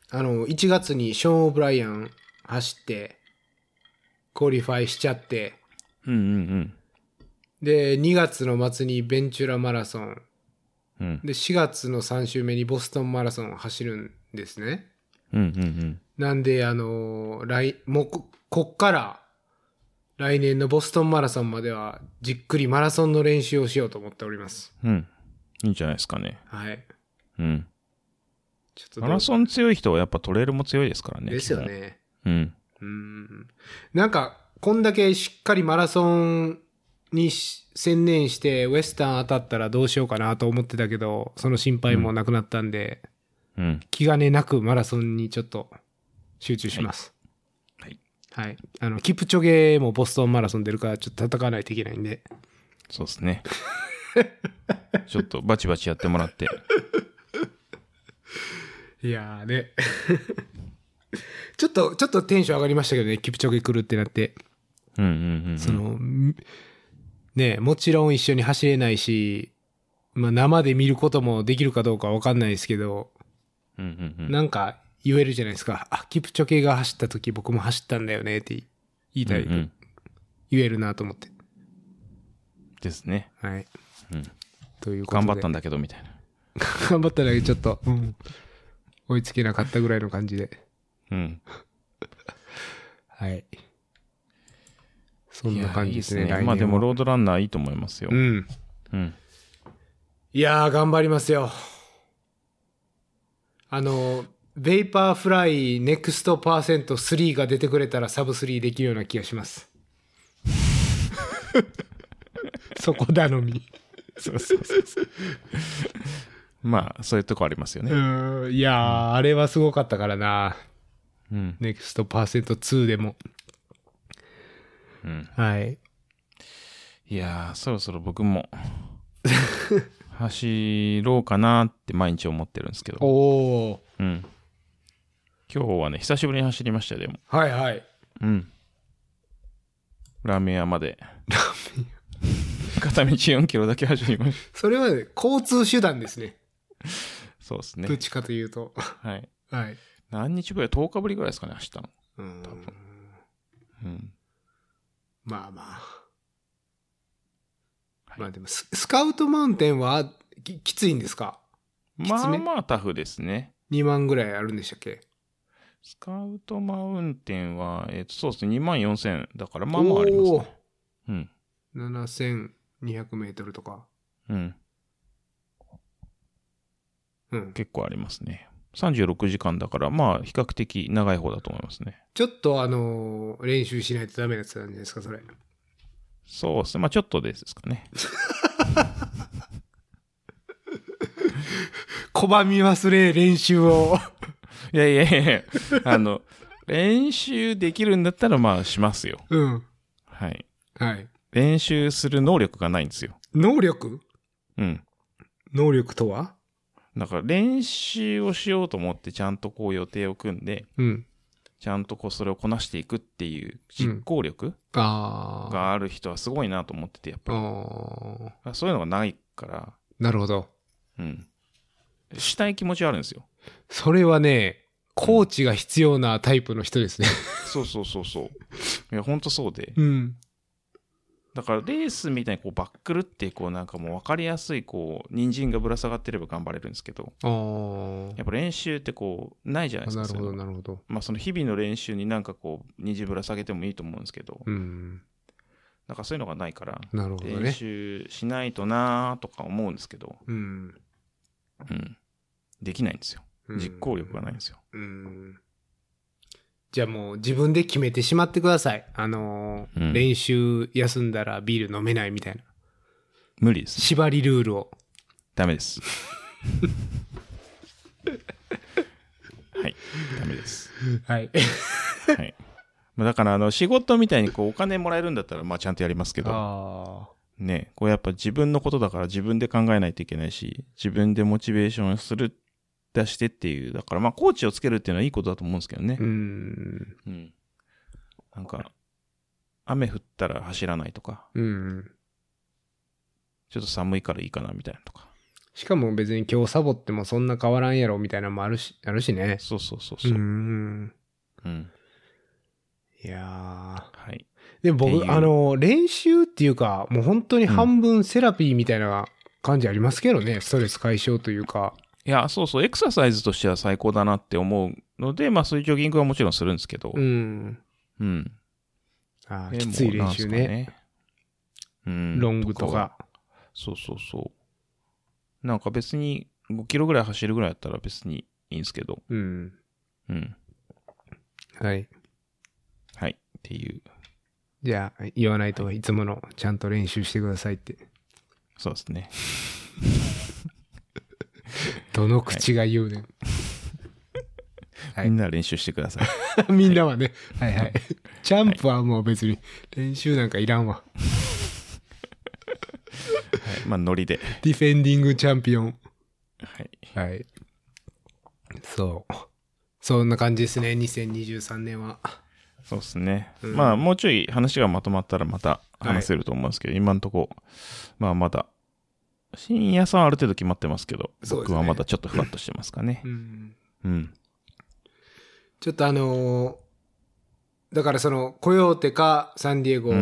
あの、1月にショーン・オブライアン走って、クオリファイしちゃって、うんうんで、2月の末にベンチュラマラソン、うん。うんで、4月の3週目にボストンマラソンを走るんですね。うんうんなんで、あのー来、もうこ、こっから、来年のボストンマラソンまでは、じっくりマラソンの練習をしようと思っております。うん。うん。いいんじゃないですかね。はい。うん。ちょっとどマうラソン強い人はやっぱトレイルも強いですからね。ですよね。基本。うん。うん。なんか、こんだけしっかりマラソンにし専念して、ウエスタン当たったらどうしようかなと思ってたけど、その心配もなくなったんで、うん。気兼ねなくマラソンにちょっと集中します。はいはい。あの、キプチョゲもボストンマラソン出るから、ちょっと戦わないといけないんで。そうで すね。ちょっとバチバチやってもらって。いやーね。 ちょっと、ちょっとテンション上がりましたけどね、キプチョゲ来るってなって。うんうんうん。その、んねえもちろん一緒に走れないし、まあ、生で見ることもできるかどうかわかんないですけど、うんうんうん。なんか言えるじゃないですか。あ、キプチョ系が走った時僕も走ったんだよねって言いたい、うんうん言えるなと思って。ですね。はい。うんということで頑張ったんだけどみたいな。 頑張っただけちょっと、うん追いつけなかったぐらいの感じで。うん。はい。そんな感じですね。いや来いい年まあでもはロードランナーいいと思いますよう。ん。うん。いやー、頑張りますよ。あの、ベイパーフライネクストパーセント3が出てくれたらサブ3できるような気がします。 そこ頼み。そうそうそうそう。まあ、そういうとこありますようね。ーん、いやー、あれはすごかったからな。うん。ネクストパーセント2でも。うん。はい。いやー、そろそろ僕も走ろうかなって毎日思ってるんですけど。おー。うん。今日はね、久しぶりに走りましたよ、でも。はいはい。うん。ラーメン屋まで。片道4キロだけ走りましそれはね、交通手段ですね。た。そうですどっね。ちかというと。はい。はい。何日ぶり ?10 日ぶりぐらいですかね、走ったの。うーんうん。まあまあ。はいまあでもス、スカウトマウンテンはききついんですかきまつあめまあタフですね。 ?2 万ぐらいあるんでしたっけスカウトマウンテンは、えっ、と、そうですね、2万4000だから、まあまあありますね。うん。おー7200メートルとか。うん。うん。結構ありますね。36時間だから、まあ、比較的長い方だと思いますね。ちょっとあのー練習しないとダメなやつなんじゃないですか、それ。そうですね。まあ、ちょっとですかね。拒み忘れ、練習を。いやいやいや いやあの、練習できるんだったら、まあ、しますよ。 うん。はい。はい。練習する能力がないんですよ。能力うん。能力とはだから、練習をしようと思って、ちゃんとこう予定を組んで、うん。ちゃんとこう、それをこなしていくっていう実行力あー。がある人はすごいなと思ってて、やっぱり。あー。そういうのがないから、なるほど。うん。したい気持ちはあるんですよ。それはね、コーチが必要なタイプの人ですね。そうそうそうそう。いや、ほんとそうで。うん。だから、レースみたいにこうバックルって、こうなんかもう分かりやすい、こう、人参がぶら下がってれば頑張れるんですけど、あー。やっぱ練習ってこう、ないじゃないですか。なるほそうど、いうのなるほど。まあ、その日々の練習になんかこう、人参ぶら下げてもいいと思うんですけど、うん。なんかそういうのがないから、なるほど練ね。習しないとなーとか思うんですけど、うん。うん。できないんですよ。うん実行力がないんですよ。うん。じゃあもう自分で決めてしまってください。あのーうん練習休んだらビール飲めないみたいな。無理です。縛りルール を。ダ メです。はい。ダメです。 はい。はい。まあだから、あの、仕事みたいにこう、お金もらえるんだったら、まあ、ちゃんとやりますけど、あね、こう、やっぱ自分のことだから自分で考えないといけないし、自分でモチベーションをする、出してっていう、だから、まあ、コーチをつけるっていうのはいいことだと思うんですけどねー。うん。うん。なんか、雨降ったら走らないとか、うん。ちょっと寒いからいいかなみたいなのとか。しかも別に今日サボってもそんな変わらんやろみたいなのもあるし、あるしね。そうそうそううそう。ん。うん。いやーはい。でもってい僕、うあの、練習っていうか、もう本当にうん半分セラピーみたいな感じありますけどね、ストレス解消というか。いや、そうそう、エクササイズとしては最高だなって思うので、まあそういうジョギングはもちろんするんですけど、うん。うん。あーできついもう練なんす習かね。うん。ロングとはか。そうそうそう。なんか別に5キロぐらい走るぐらいだったら別にいいんですけど。うん。うん。はい。はい。っていう。じゃあ、言わないといつもの、ちゃんと練習してくださいって。そうですね。どの口が言うねん。 はいみんな練習してください。みんなはね。はい はい。ジャンプはもう別に練習なんかいらんわ。 まあノリで。ディフェンディングチャンピオン。はい。はい。そう。そんな感じですね、2023年は。そうですね。うんまあもうちょい話がまとまったらまた話せると思うんですけど、今んとこ、まあまだ、深夜さんはある程度決まってますけど、そうです僕ねはまだちょっとふわっとしてますかねう。ん。うん。ちょっとあのーだからその、コヨーテかサンディエゴ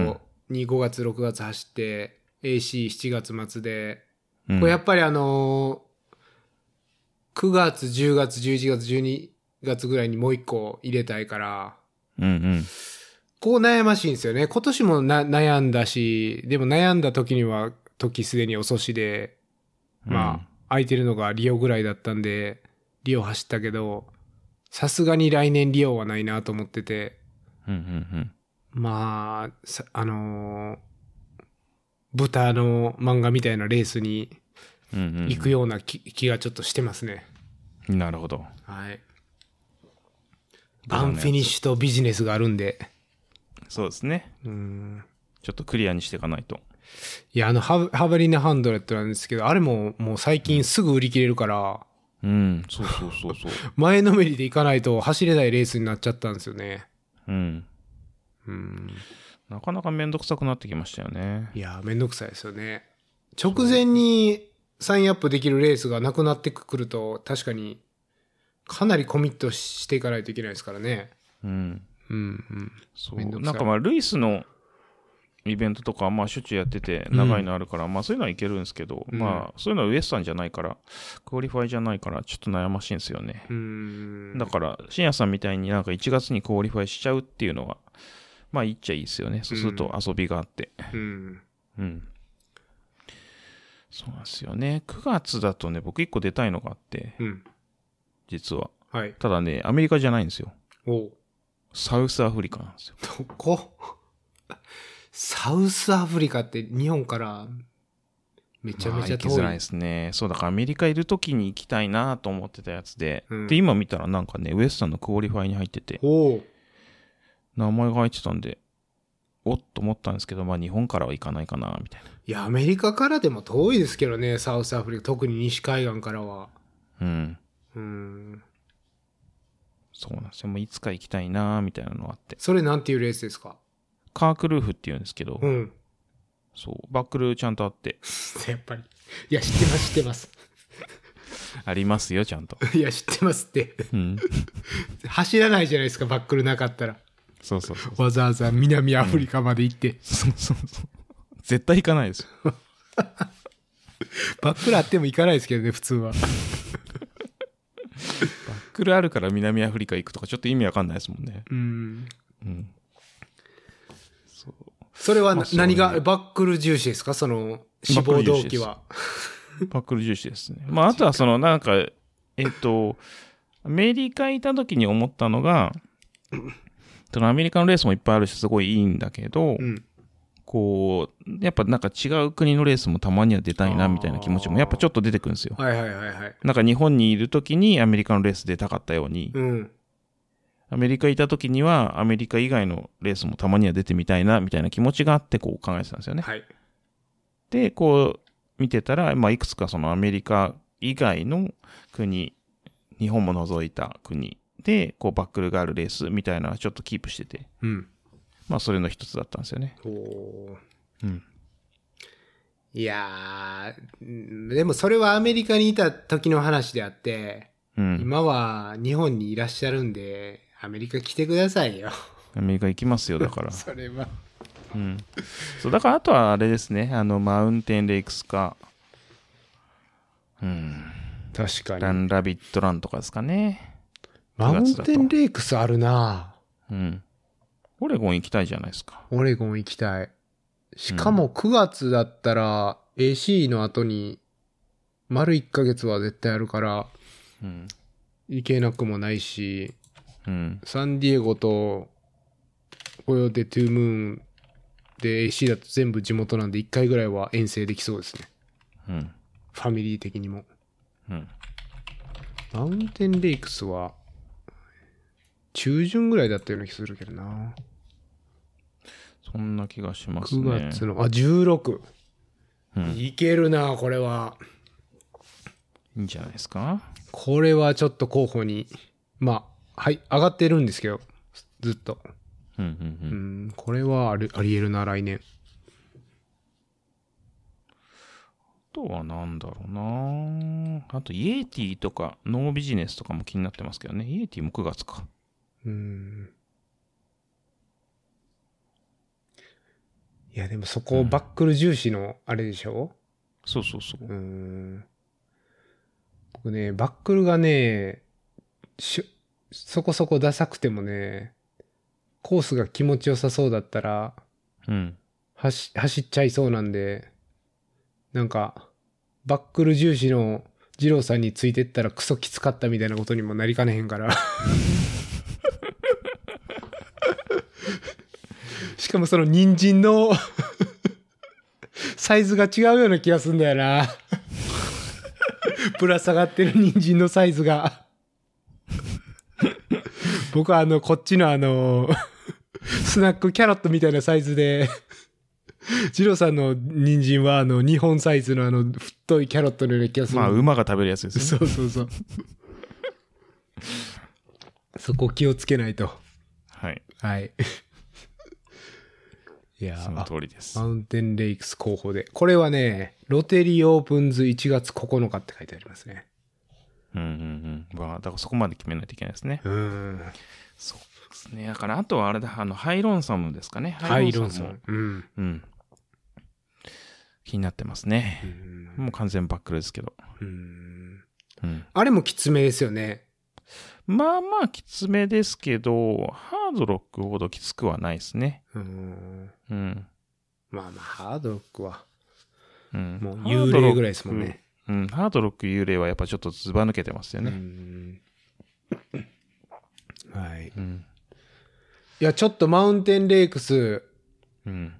に5月、6月走って、AC7 月末で、うんこれやっぱりあのー9月、10月、11月、12月ぐらいにもう一個入れたいから、うんうん。こう悩ましいんですよね。今年もな悩んだし、でも悩んだ時には、時すでに遅しで、まあ、空いてるのがリオぐらいだったんで、リオ走ったけど、さすがに来年リオはないなと思ってて、うんうんまあ、さあのー豚の漫画みたいなレースにうん。うんうん行くような気,、気がちょっとしてますね。なるほど。はい。豚アのやつンフィニッシュとビジネスがあるんで、そうですね。うん。ちょっとクリアにしていかないと。いや、あのハブ、ハブリナハンドレットなんですけど、あれももう最近すぐ売り切れるから、うん、そうそうそうそう。前のめりで行かないと走れないレースになっちゃったんですよね。 うん。うん。なかなかめんどくさくなってきましたよね。いやー、めんどくさいですよね。直前にサインアップできるレースがなくなってくると、確かに、かなりコミットしていかないといけないですからね。うん。うん、うん。そめんどう。くさないんかまあ、ルイスのイベントとか、まあ、しょっちゅうやってて、うん長いのあるから、まあ、そういうのはいけるんですけど、うんまあ、そういうのはウエスタンじゃないから、クオリファイじゃないから、ちょっと悩ましいんですよねう。ん。だから、深夜さんみたいになんか1月にクオリファイしちゃうっていうのは、まあ、いいっちゃいいですよね。そうすると遊びがあって。うん。うん。そうなんですよね。9月だとね、僕1個出たいのがあって、うん。実は。はい。ただね、アメリカじゃないんですよ。おうサウスアフリカなんですよ。どこ サウスアフリカって日本からめちゃめちゃ遠い。まあ行きづらいですね。そう、だからアメリカいる時に行きたいなと思ってたやつで、うんで、今見たらなんかね、ウエスタンのクオリファイに入ってて、おう名前が入ってたんで、おっと思ったんですけど、まあ日本からは行かないかな、みたいいや、アメリカからでも遠いですけどね、サウスアフリカ、特に西海岸からは。な。うん。うん。そうなんですよ。もういつか行きたいなみたいなのがあって。それなんていうレースですかカークルーフって言うんですけど、うん。そう、バックルちゃんとあって、やっぱり。いや、知ってます、知ってます。ありますよ、ちゃんと。 いや、知ってますって。うん。走らないじゃないですか、バックルなかったら。そうそうそう。わざわざ南アフリカまで行って。 そうそうそう。絶対行かないですよ。バックルあっても行かないですけどね、普通は。バックルあるから南アフリカ行くとかちょっと意味わかんないですもんね。うん。うん。そう。それはな、まあそうね何が、バックル重視ですかその、志望動機は。バックル重視ですね。まあ、あとはその、なんか、えっと、アメリカいた時に思ったのが、そのアメリカのレースもいっぱいあるし、すごいいいんだけうど、ん。こう、やっぱなんか違う国のレースもたまには出たいな、みたいな気持ちも、やっぱちょっと出てくるんですよ。はいはいはいはい。なんか日本にいる時にアメリカのレース出たかったように、うん。アメリカいた時にはアメリカ以外のレースもたまには出てみたいなみたいな気持ちがあってこう考えてたんですよね。はい。で、こう見てたら、まあ、いくつかそのアメリカ以外の国、日本も除いた国で、こうバックルがあるレースみたいなのはちょっとキープしてて、うん。まあそれの一つだったんですよね。おーうん。いやーうんでもそれはアメリカにいた時の話であって、うん。今は日本にいらっしゃるんで、アメリカ来てくださいよ。。アメリカ行きますよ、だからそれは。うん。そう、だからあとはあれですね。あの、マウンテンレイクスか、うん。確かランラビットランとかですかね。マウンテンレレイクスあるなうん。オレゴン行きたいじゃないですか。オレゴン行きたい。しかも9月だったら AC の後に丸1ヶ月は絶対あるからうん。行けなくもないし、うん。サンディエゴとコヨーテ・トゥームーンで AC だと全部地元なんで1回ぐらいは遠征できそうですね。うん。ファミリー的にも。うん。マウンテンレイクスは中旬ぐらいだったような気するけどな。そんな気がしますね。 9月の、あ、16。うんいけるな、これは。いいんじゃないですかこれはちょっと候補に、まあ、はい、上がってるんですけど、ずっと。うんううんうん。ん、これはありありえるな、来年。あとはなんだろうなあと、イエティとか、ノービジネスとかも気になってますけどね。イエティも9月か。うん。いや、でもそこ、バックル重視の、あれでしょそうそうそうう。ん。僕ね、バックルがね、しょそこそこダサくてもね、コースが気持ちよさそうだったら、うん。走走っちゃいそうなんで、なんか、バックル重視の二郎さんについてったらクソきつかったみたいなことにもなりかねへんから。しかもその人参のサイズが違うような気がすんだよな。ぶら下がってる人参のサイズが。僕はあの、こっちのあの、スナックキャロットみたいなサイズで、ジローさんの人参はあの、2本サイズのあの、太いキャロットのような気がする。まあ、馬が食べるやつ ですね。そうそうそう。そこ気をつけないと。はい。はい。いやそのー、通りですマ。ウンテンレイクス候補で。これはね、ロテリーオープンズ1月9日って書いてありますね。うんうんうん。まあ、だからそこまで決めないといけないですね。うーん。そうですね。だから、あとはあれだ、あの、ハイロンサムですかね。ハイロンさもん。うん。うん。気になってますうね。んもう完全バックルですけど。うんうん。あれもきつめですよね。まあまあ、きつめですけど、ハードロックほどきつくはないですね。うん。うん。まあまあ、ハードロックは。うん。もうハー幽ドロッ霊クぐらいですもんね。。うん。ハードロック幽霊はやっぱちょっとずば抜けてますうよね。んはい。いうん。や、ちょっとマウンテンレイクス、うん。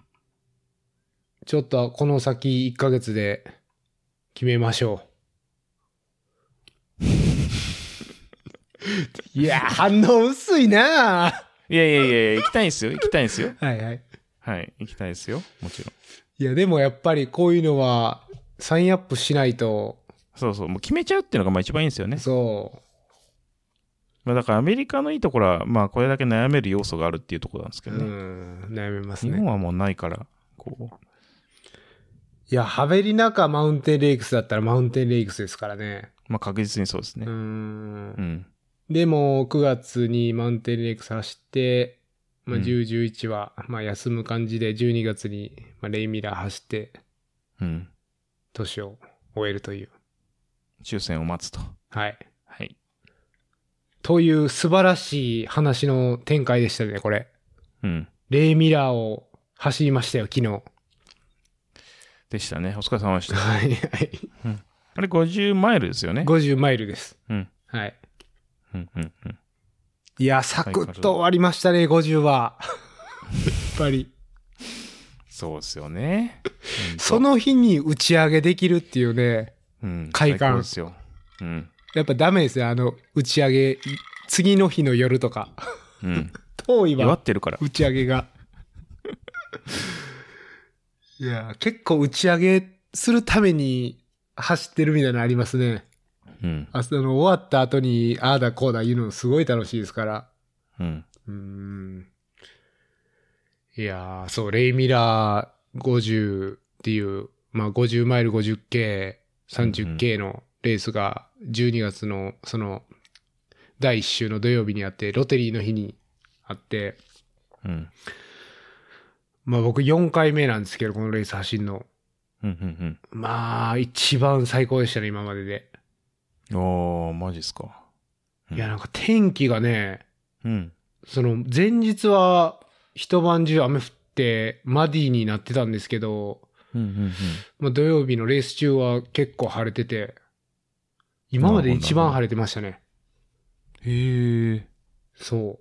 ちょっとこの先1ヶ月で決めましょ う。いや、反応薄いなぁいやいやいやいや、行きたいんですよ。行きたいんですよ。はいはい。はい。行きたいですよ。もちろん。いや、でもやっぱりこういうのはサインアップしないと、そうそう。もう決めちゃうっていうのがまあ一番いいんですよね。そまあだからアメリカのいいところは、まあこれだけ悩める要素があるっていうところなんですう。けうどね。ん、悩みます日本ね。はもうないから、こう。いや、ハベリナかマウンテンレイクスだったらマウンテンレイクスですからね。まあ確実にそうですねう。んう。ん。でも、9月にマウンテンレイクス走って、まあ、うん10、11は、まあ、休む感じで、12月に、まあ、レイミラー走って、うん。年を終えるという。抽選を待つと。はい。はい。という素晴らしい話の展開でしたね、これ。うん。レイミラーを走りましたよ、昨日。でしたね。お疲れ様でした。はい、はい。あれ50マイルですよね。 50マイルです。うん。はい。うんうんうん。いや、サクッと終わりましたね、50は。 やっぱり。そうですよ ね。ほんとそ、の日に打ち上げできるっていうね。うん、快感最高ですよ。うん。やっぱダメですね、あの、打ち上げ、い次の日の夜と か。うん。遠い弱わっ、てるから。打ち上げが。 いや、結構打ち上げするために走ってるみたいなのありますね。うん。あその終わった後に、ああだこうだ言うのすごい楽しいですから。うん。うーん。いやー、そう、レイミラー50っていうまあ、50マイル 50K、30K のレースが12月のその第1週の土曜日にあって、ロテリーの日にあって、うん。まあ僕4回目なんですけど、このレース走るの。うん、まあ、一番最高でしたね、今までで。うん、うん。ああ、マジっすか。うんいや、なんか天気がね、うん。その前日は一晩中雨降ってマディになってたんですけど、うん、うん、まあ、土曜日のレース中は結構晴れてて、今まで一番晴れてましたね。うん。へえ。そ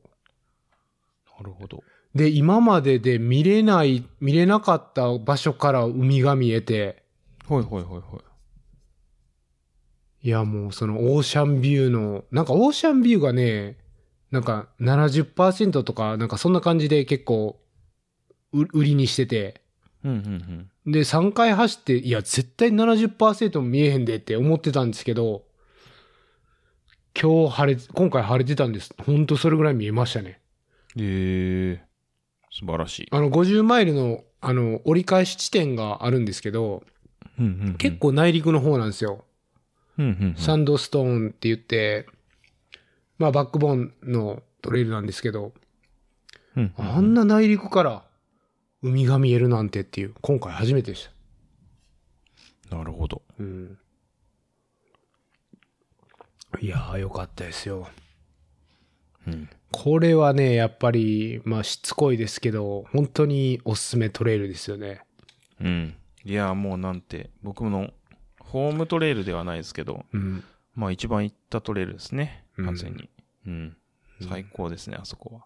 なるほど。う。で、今までで見れない、見れなかった場所から海が見えて、はいはいはいはい。いや、もうそのオーシャンビューの、なんかオーシャンビューがね、なんか70%とか、なんかそんな感じで結構、う売りにしてて、うん、うん、で、3回走って、いや、絶対70%も見えへんでって思ってたんですけど、今日晴れ、今回晴れてたんです。ほんとそれぐらい見えましたね。うん。へえ。素晴らしい。あの、50マイルの、あの、折り返し地点があるんですけど、うん、うん。結、構内陸の方なんですよ。うん、うん。サンドストーンって言って、まあ、バックボーンのトレイルなんですけど、うん、あんな内陸から海が見えるなんてっていう、今回初めてでした。なるほど。うん。いやー、よかったですよ。うん。これはね、やっぱり、まあ、しつこいですけど、本当におすすめトレイルですよね。うん。いや、もうなんて、僕のホームトレイルではないですけど、うん。まあ一番行ったトレイルですね。うん完全に。うん。最高ですね、あそこは。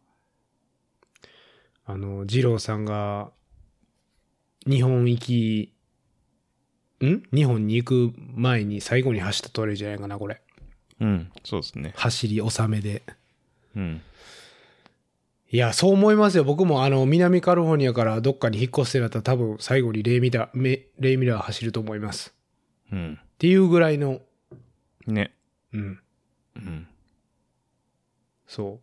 あの、二郎さんが、日本行き、ん日本に行く前に最後に走ったトレイルじゃないかな、これ。うん。そうですね。走り納めで。うん。いや、そう思いますよ。僕もあの、南カリフォルニアからどっかに引っ越してなったら多分最後にレイミラー、めレイミラー走ると思います。うん。っていうぐらいの、ね。うん、うん。そ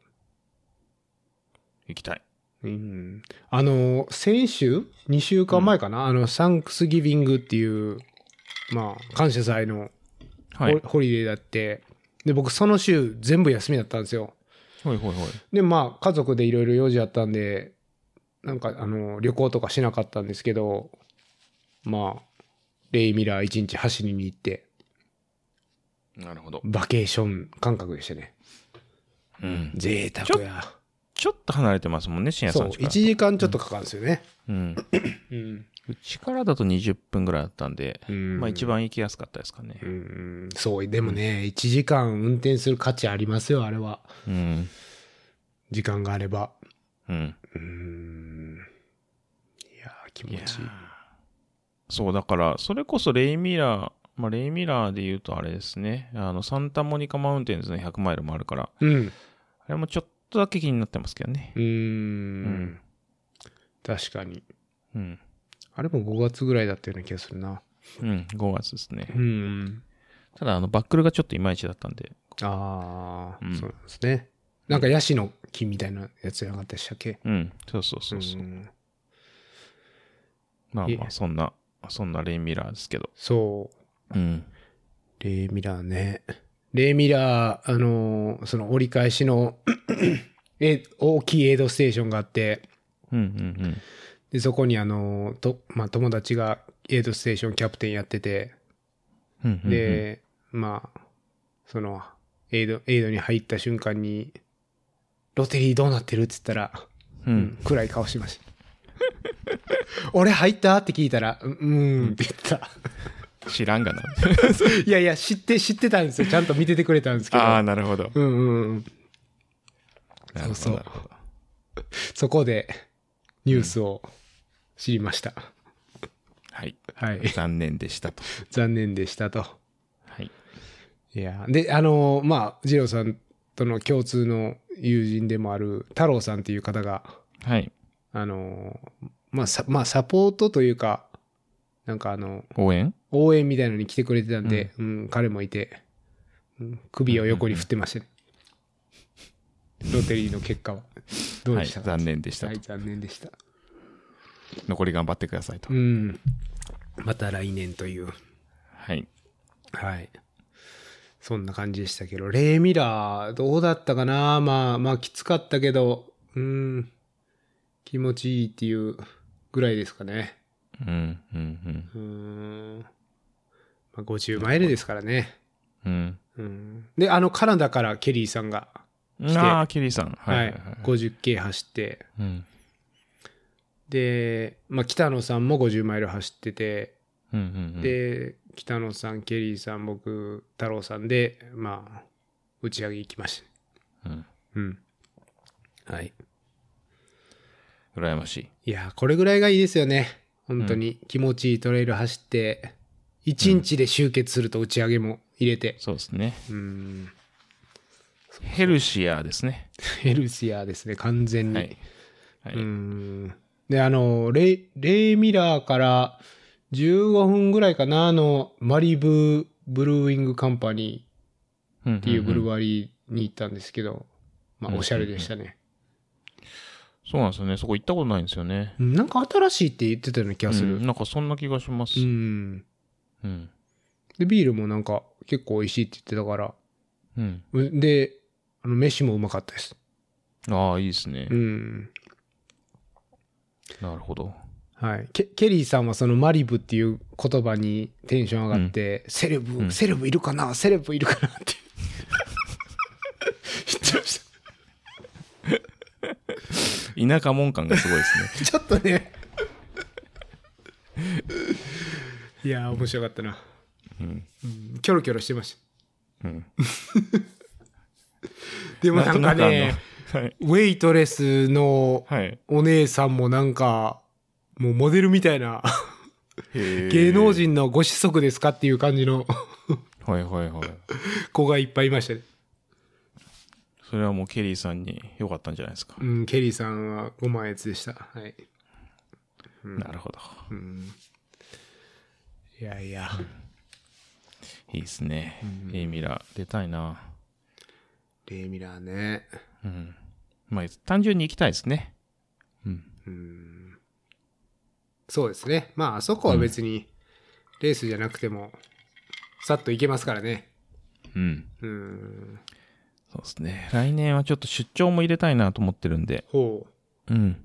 行きたい。う。うん、あの、先週 ?2 週間前かな、あの、サンクスギビングっていう、まあ、感謝祭のホ,、はい。はいホリデーだって、で、僕その週全部休みだったんですよ。はいはい。で、まあ、家族でいろいろ用事あったんで、なんか、あの、旅行とかしなかったんですけど、まあ、レイミラー一日走りに行って、なるほど。バケーション感覚でしたね。うん。贅沢や。ちょっと離れてますもんね、深夜そうさ、んちか1ら。時間ちょっとかかるんですよね。うん。うん。うちからだと20分ぐらいだったんで、うんまあ一。番行きやすかったですかねう。ん、そう、でもね、1時間運転する価値ありますよ、あれは。うん。時間があれば。うん。うん。いやー、気持ちいい。そう、だから、それこそレイミラー、まあ、レイミラーで言うとあれですね、あの、サンタモニカマウンテンズの100マイルもあるから、うん。あれもちょっとだけ気になってますけどね。うーん。確かに。うん。あれも5月ぐらいだったような気がするな。うん、5月ですね。うん。ただ、あの、バックルがちょっといまいちだったんで、ああ、うんそうなんですね。なんかヤシの木みたいなやつじゃなかったでしたっけうん、そうそうそうそう。んまあいまえあ、そんな、そんなレイミラーですけど。そう。うん。レイミラーね。レイミラー、あのーその折り返しの え大きいエイドステーションがあって、うんうんでそこにあのーと、まあ、友達がエイドステーションキャプテンやってて、うんうん。うん、で、まあ、その、エイド、エイドに入った瞬間に、ロテリーどうなってるって言ったら、ううんん、、暗い顔しました。 俺入ったって聞いたら、ううーんって言ってた。知らん がな。いやいや、知って、知ってたんですよ。ちゃんと見ててくれたんですけど。ああ、なるほど。うんうんうん。なるほどそうそうなるほどそこで、ニュースを知りました。はい。はい。残念でしたと。残念でしたと。はい。いや、で、あのーまあ、二郎さんとの共通の友人でもある太郎さんっていう方が、はい。あのーまあ、さまあ、サポートというか、なんかあの、応援応援みたいのに来てくれてたんで、うん、彼もいて、うん首を横に振ってましたね。ロテリーの結果は。どうはでい。したか、は残念でしたい、と。残念でした。残り頑張ってくださいとう。ん。また来年という。はい。はい。そんな感じでしたけど、レイ・ミラー、どうだったかなまあ、まあ、きつかったけど、うーん、気持ちいいっていうぐらいですかね。うん、うん、うーん。まあ、50マイルですからね。うん。うん。で、あの、カナダからケリーさんが、うん。ああ、ケリーさん。は、はいい。はいはい 50K 走って、うん。で、まあ、北野さんも50マイル走ってて、うん、うん。うん、で、北野さん、ケリーさん、僕、太郎さんで、まあ、打ち上げ行きました。うん。うん。はい。羨ましい。いやー、これぐらいがいいですよね。本当に。気持ちいいトレイル走って、1日で集結すると打ち上げも入れて。そうですね。うん。ヘルシアーですね。ヘルシアーですね、完全に。はい。はい。ううんん。で、あの、レイ、レイミラーから15分ぐらいかな、あの、マリブブルーウィングカンパニーうんうんっていうブルワリーに行ったんですけど、まあ、おしゃれでしたね。そうなんですよね。そこ行ったことないんですよね。うんなんか新しいって言ってたような気がすうるん。なんかそんな気がしますう。ん。うん。で、ビールもなんか結構美味しいって言ってたから、うん。うで、あの、飯もうまかったです。ああ、いいですねう。ん。なるほど。はい。ケケリーさんはそのマリブっていう言葉にテンション上がって、セレブ、うんセレブいるかなセレブいるかなって。言ってまし田舎門感がすごいですね。た。 ちょっとね。いやー、面白かったな。うん。うんキョロキョロしてましうん。た。でもなんかねな、となくウェイトレスのあのはい。はい。お姉さんもなんか、もうモデルみたいな、へー芸能。人のご子息ですかっていう感じの はいはいはい。子がいっぱいいましたね。それはもうケリーさんに良かったんじゃないですか。うん、ケリーさんは5万円でした。はい。なるほど。うん。いやいや。いいですね。エイミラ、出たいな。レイミラーね。うん。まあ、単純に行きたいですね。うん。うん。そうですね。まあ、あそこは別に、レースじゃなくても、さっと行けますからね。うん。うん。そうですね。来年はちょっと出張も入れたいなと思ってるんで。ほう。うん。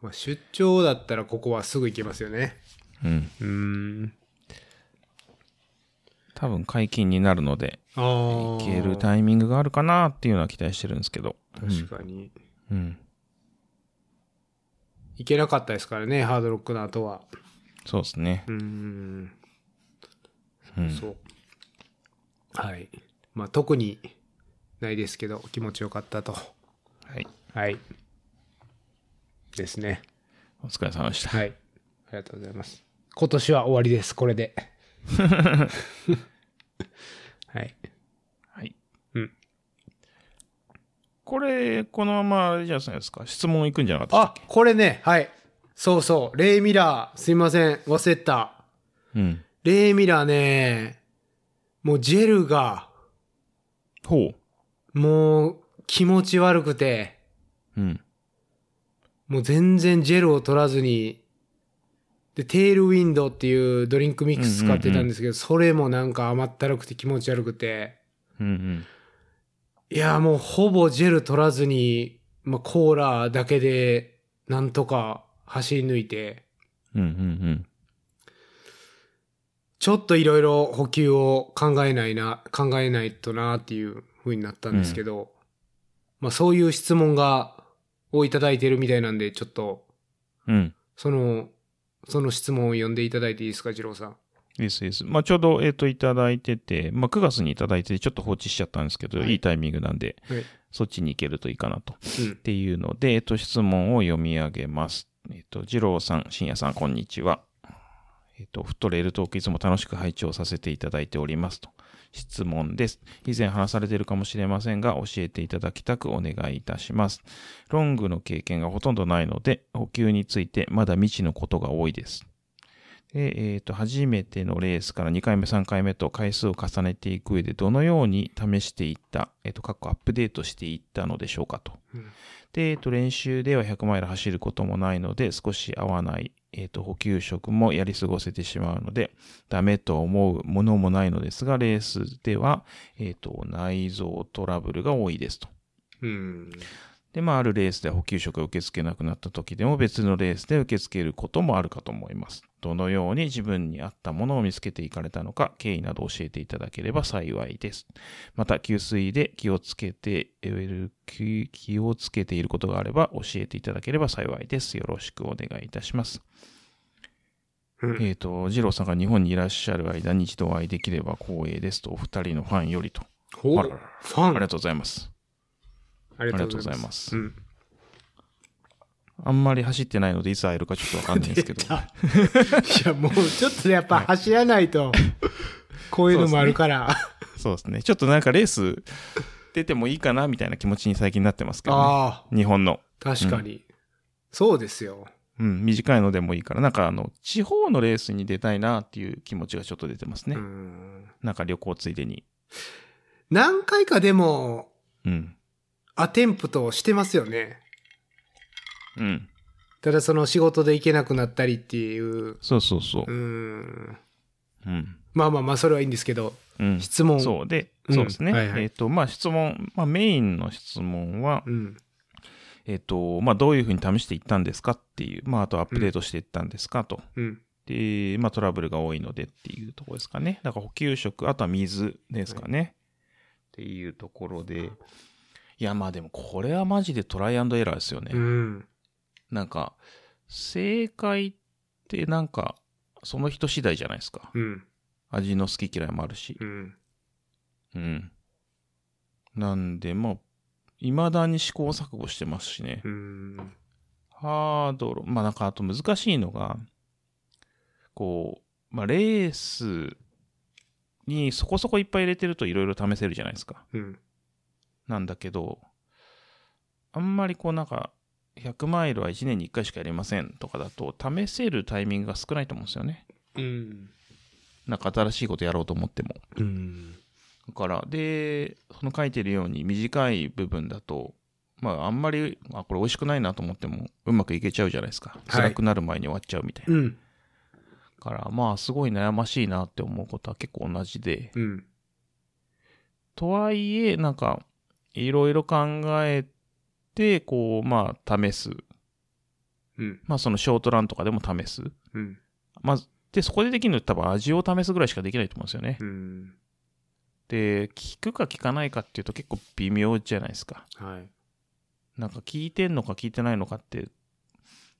まあ、出張だったらここはすぐ行けますよね。うん。うん。多分解禁になるので、ああ。行けるタイミングがあるかなっていうのは期待してるんですけど。確かに。うん。うん。行けなかったですからね、ハードロックの後は。そうですね。うん。うん。そう。はい。まあ、特にないですけど、気持ちよかったと。はい。はい。ですね。お疲れ様でした。はい。ありがとうございます。今年は終わりです、これ で。はい。はい。うん。これ、このまま、あれじゃないですか。質問いくんじゃなかったあ、これね、はい。そうそう、レイミラー、すいません、忘れてた。うん。レイミラーね、もうジェルが、ほもう気持ち悪くて、う。うん。もう全然ジェルを取らずに、で、テールウィンドっていうドリンクミックス使ってたんですけど、それもなんか甘ったるくて気持ち悪くて、うんうん。いや、もうほぼジェル取らずに、まあ、コーラだけで、なんとか走り抜いて、うんうんちょっといろいろ補給を考えないな、考えないとなっていう風になったんですけど、まあそういう質問が、をいただいてるみたいなんで、ちょっと、うん。うん。その、その質問を読んでいただいていいですか、次郎さん。ですです。まあ、ちょうど、えっ、と、いただいてて、まあ、9月にいただいて、ちょっと放置しちゃったんですけど、はいい、いタイミングなんで、はいそっちに行けるといいかなと。っうん。ていうので、えっ、と、質問を読み上げます。えっ、と、二郎さん、深夜さん、こんにちは。えっ、と、フットレールトークいつも楽しく拝聴させていただいておりますと。質問です。以前話されているかもしれませんが、教えていただきたくお願いいたします。ロングの経験がほとんどないので、補給についてまだ未知のことが多いです。で、えっ、と、初めてのレースから2回目、3回目と回数を重ねていく上で、どのように試していった、えっ、と、かっこアップデートしていったのでしょうかと。うんで、えっ、と、練習では100マイル走ることもないので、少し合わない、ええーと補給食もやり過ごせてしまうので、ダメと思うものもないのですが、レースでは、えーと内臓トラブルが多いですと。うん。で、まあ、あるレースで補給食を受け付けなくなった時でも別のレースで受け付けることもあるかと思います。どのように自分に合ったものを見つけていかれたのか、経緯など教えていただければ幸いです。また、給水で気をつけている、気気をつけていることがあれば教えていただければ幸いです。よろしくお願いいたします。うんえっ、と、ジローさんが日本にいらっしゃる間に一度お会いできれば光栄ですと、お二人のファンよりと。ほうあららファあンりがとうございます。ああり。りがとうございますすう。ん。あんまり走ってないので、いつ会えるかちょっとわかんないんですけど。いや、もうちょっとやっぱ走らないと、こういうのもあるから。そうですね。ちょっとなんかレース出てもいいかなみたいな気持ちに最近なってますけど ね。ああ、日本の。確かに、そうですよ。うん、短いのでもいいから、なんかあの、地方のレースに出たいなっていう気持ちがちょっと出てますね。うんなんか旅行ついでに。何回かでも、うん。アテンプトしてますよね。うん。ただその仕事で行けなくなったりっていう。そうそうそうう。ん。うん。まあまあまあ、それはいいんですけど、うん。質問。そうで、うんそうですね。はいはいえっ、と、まあ質問、まあメインの質問は、うん。えっ、と、まあどういうふうに試していったんですかっていう、まああとアップデートしていったんですかと。うん。で、まあトラブルが多いのでっていうところですかね。だから補給食、あとは水ですかね。っていうところで。いや、まあでもこれはマジでトライアンドエラーですよね。うん。なんか、正解ってなんか、その人次第じゃないですか。うん。味の好き嫌いもあるしう。ん。うん。なんで、まあ、未だに試行錯誤してますしねう。ん。ハードル、まあなんかあと難しいのが、こう、まあレースにそこそこいっぱい入れてるといろいろ試せるじゃないですか。うん。なんだけど、あんまりこうなんか、100マイルは1年に1回しかやりませんとかだと、試せるタイミングが少ないと思うんですよね。うん。なんか新しいことやろうと思っても。うん。だから、で、その書いてるように短い部分だと、まああんまり、あ、これ美味しくないなと思っても、うまくいけちゃうじゃないですか。辛くなる前に終わっちゃうみたいな。うん。から、まあ、すごい悩ましいなって思うことは結構同じで。うん。とはいえ、なんか、いろいろ考えて、こう、まあ、試す。うん。まあ、そのショートランとかでも試す。うん。まあ、で、そこでできるのって多分味を試すぐらいしかできないと思うんですよねう。ん。で、聞くか聞かないかっていうと結構微妙じゃないですか。はい。なんか聞いてんのか聞いてないのかって、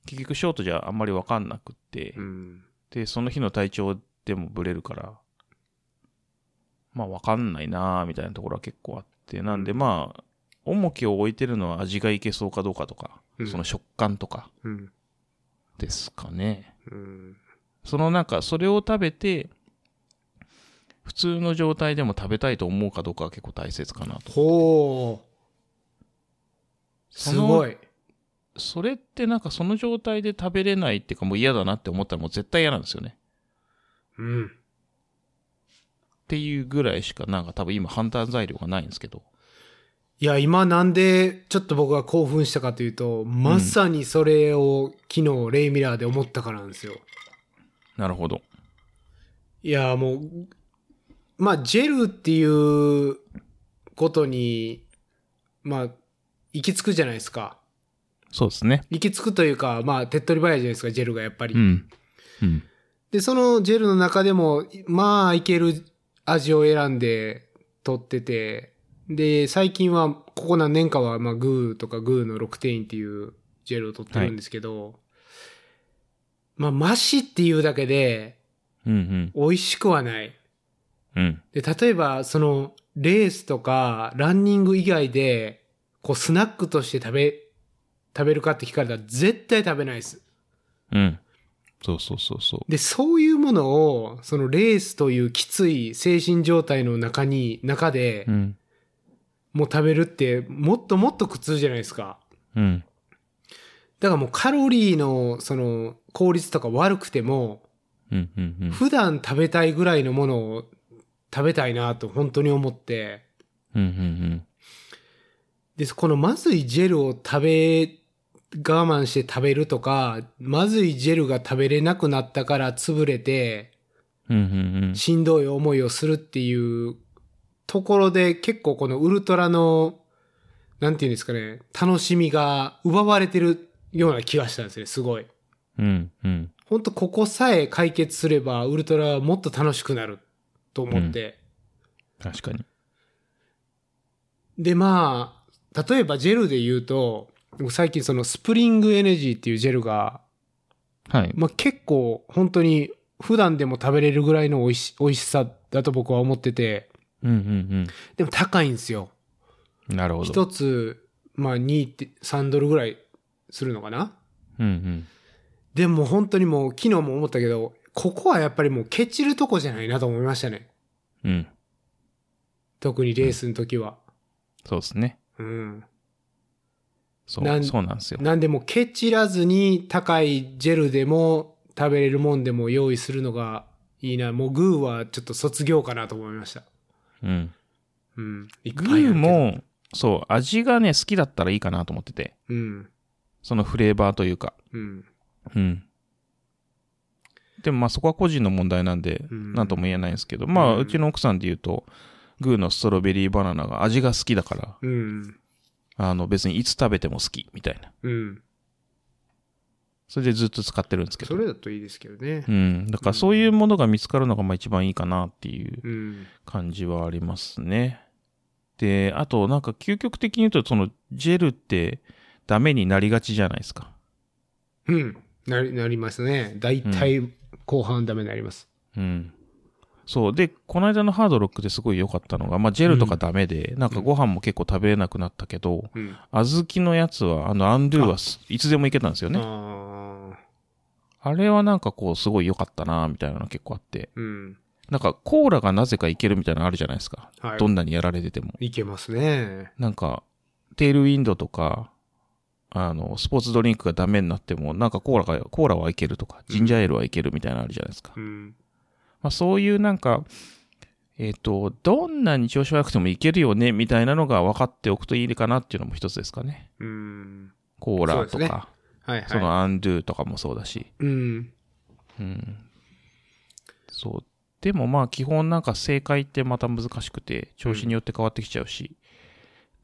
結局ショートじゃあんまりわかんなくって。うん。で、その日の体調でもブレるから、まあ、わかんないなーみたいなところは結構あって、なんで、まあ、重きを置いてるのは味がいけそうかどうかとか、うんその食感とかうん。ですかね。うん。そのなんか、それを食べて、普通の状態でも食べたいと思うかどうかは結構大切かなと。ほう。そすのごい。それってなんかその状態で食べれないっていうかもう嫌だなって思ったらもう絶対嫌なんですよね。うん。っていうぐらいしかなんか多分今判断材料がないんですけど。いや、今なんでちょっと僕が興奮したかというと、まさにそれを昨日レイミラーで思ったからなんですよ。なるほど。いや、もう、まあ、ジェルっていうことに、まあ、行き着くじゃないですか。そうですね。行き着くというか、まあ、手っ取り早いじゃないですか、ジェルがやっぱり。うん。うん。で、そのジェルの中でも、まあ、いける味を選んで取ってて、で、最近は、ここ何年かは、まあ、グーとかグーの6点っていうジェルを取ってるんですけど、まあ、マシっていうだけで、うん美味しくはない。うん。うん。で、例えば、その、レースとか、ランニング以外で、こう、スナックとして食べ、食べるかって聞かれたら、絶対食べないです。うん。そうそうそうそで、そういうものを、そのレースというきつい精神状態の中に、中でう。う、ん。もう食べるって、もっともっと苦痛じゃないですか。うん。だからもうカロリーの、その、効率とか悪くても、うん。うん。うん普段食べたいぐらいのものを食べたいなと本当に思って、うん。うん。で、このまずいジェルを食べ我慢して食べるとか、まずいジェルが食べれなくなったから潰れて、うんうんしんどい思いをするっていうところで結構このウルトラの、なんていうんですかね、楽しみが奪われてるような気がしたんですね、すごい。うん。うんうん。ほんとここさえ解決すればウルトラはもっと楽しくなると思って。確かに。で、まあ、例えばジェルで言うと、僕最近そのスプリングエネジーっていうジェルが、はい。まあ結構本当に普段でも食べれるぐらいの美味し美味しさだと僕は思ってて、うんうんでも高いんですよ。うん。なるほど。一つ、まあ2.3ドルぐらいするのかなうんでも本当にもう昨日も思ったけど、ここはやっぱりもうケチるとこじゃないなと思いましたね。うん。うん。特にレースの時は。そうですね。うん。そなう、んそうなんですよ。なんでもケチらずに高いジェルでも食べれるもんでも用意するのがいいな。もうグーはちょっと卒業かなと思いました。うん。うん。いっグぱいあるーけど、も、そう、味がね、好きだったらいいかなと思ってて。うん。そのフレーバーというか。うん。うん。でもまあそこは個人の問題なんで、うんなんとも言えないんですけど、まあうんうちの奥さんで言うと、グーのストロベリーバナナが味が好きだから、うん。あの別にいつ食べても好きみたいな。うん。それでずっと使ってるんですけそど。れだといいですけどねう。ん。だからそういうものが見つかるのがまあ一番いいかなっていううん。感じはありますね。で、あとなんか究極的に言うと、そのジェルってダメになりがちじゃないですか。うん。なり、なりますね。大体後半ダメになります。うん。そう。で、この間のハードロックですごい良かったのが、まあ、ジェルとかダメで、なんかご飯も結構食べれなくなったけど、うん。小豆のやつは、あの、アンドゥはすいつでもいけたんですよね。あああ。れはなんかこう、すごい良かったなみたいなの結構あって。うん。なんか、コーラがなぜかいけるみたいなのあるじゃないですか。はいどんなにやられてても。いけますね。なんか、テールウィンドとか、あの、スポーツドリンクがダメになっても、なんかコーラが、コーラはいけるとか、ジンジャーエールはいけるみたいなのあるじゃないですか。うん。まあ、そういうなんか、えっ、と、どんなに調子悪くてもいけるよね、みたいなのが分かっておくといいかなっていうのも一つですかね。うん。コーラそとうですか、そ,、ねはいはい。のアンドゥとかもそうだし。うん。うん。そう。でもまあ基本なんか正解ってまた難しくて、調子によって変わってきちゃうし。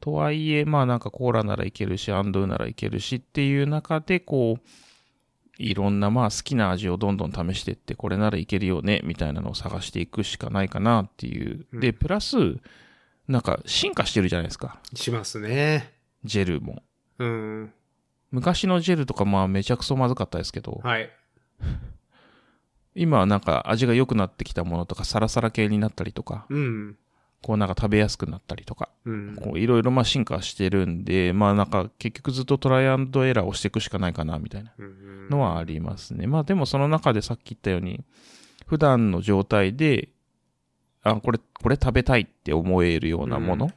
とはいえ、まあなんかコーラならいけるし、アンドゥならいけるしっていう中で、こう、いろんなまあ好きな味をどんどん試していって、これならいけるよね、みたいなのを探していくしかないかなっていう。うんで、プラス、なんか進化してるじゃないですか。しますね。ジェルも。うん。昔のジェルとかまあめちゃくそまずかったですけど、はい。今はなんか味が良くなってきたものとかサラサラ系になったりとか、うん。こうなんか食べやすくなったりとか、うん。こういろいろまあ進化してるんで、まあなんか結局ずっとトライアンドエラーをしていくしかないかなみたいなうんのはありますね。まあでもその中でさっき言ったように、普段の状態で、あ、これ、これ食べたいって思えるようなもの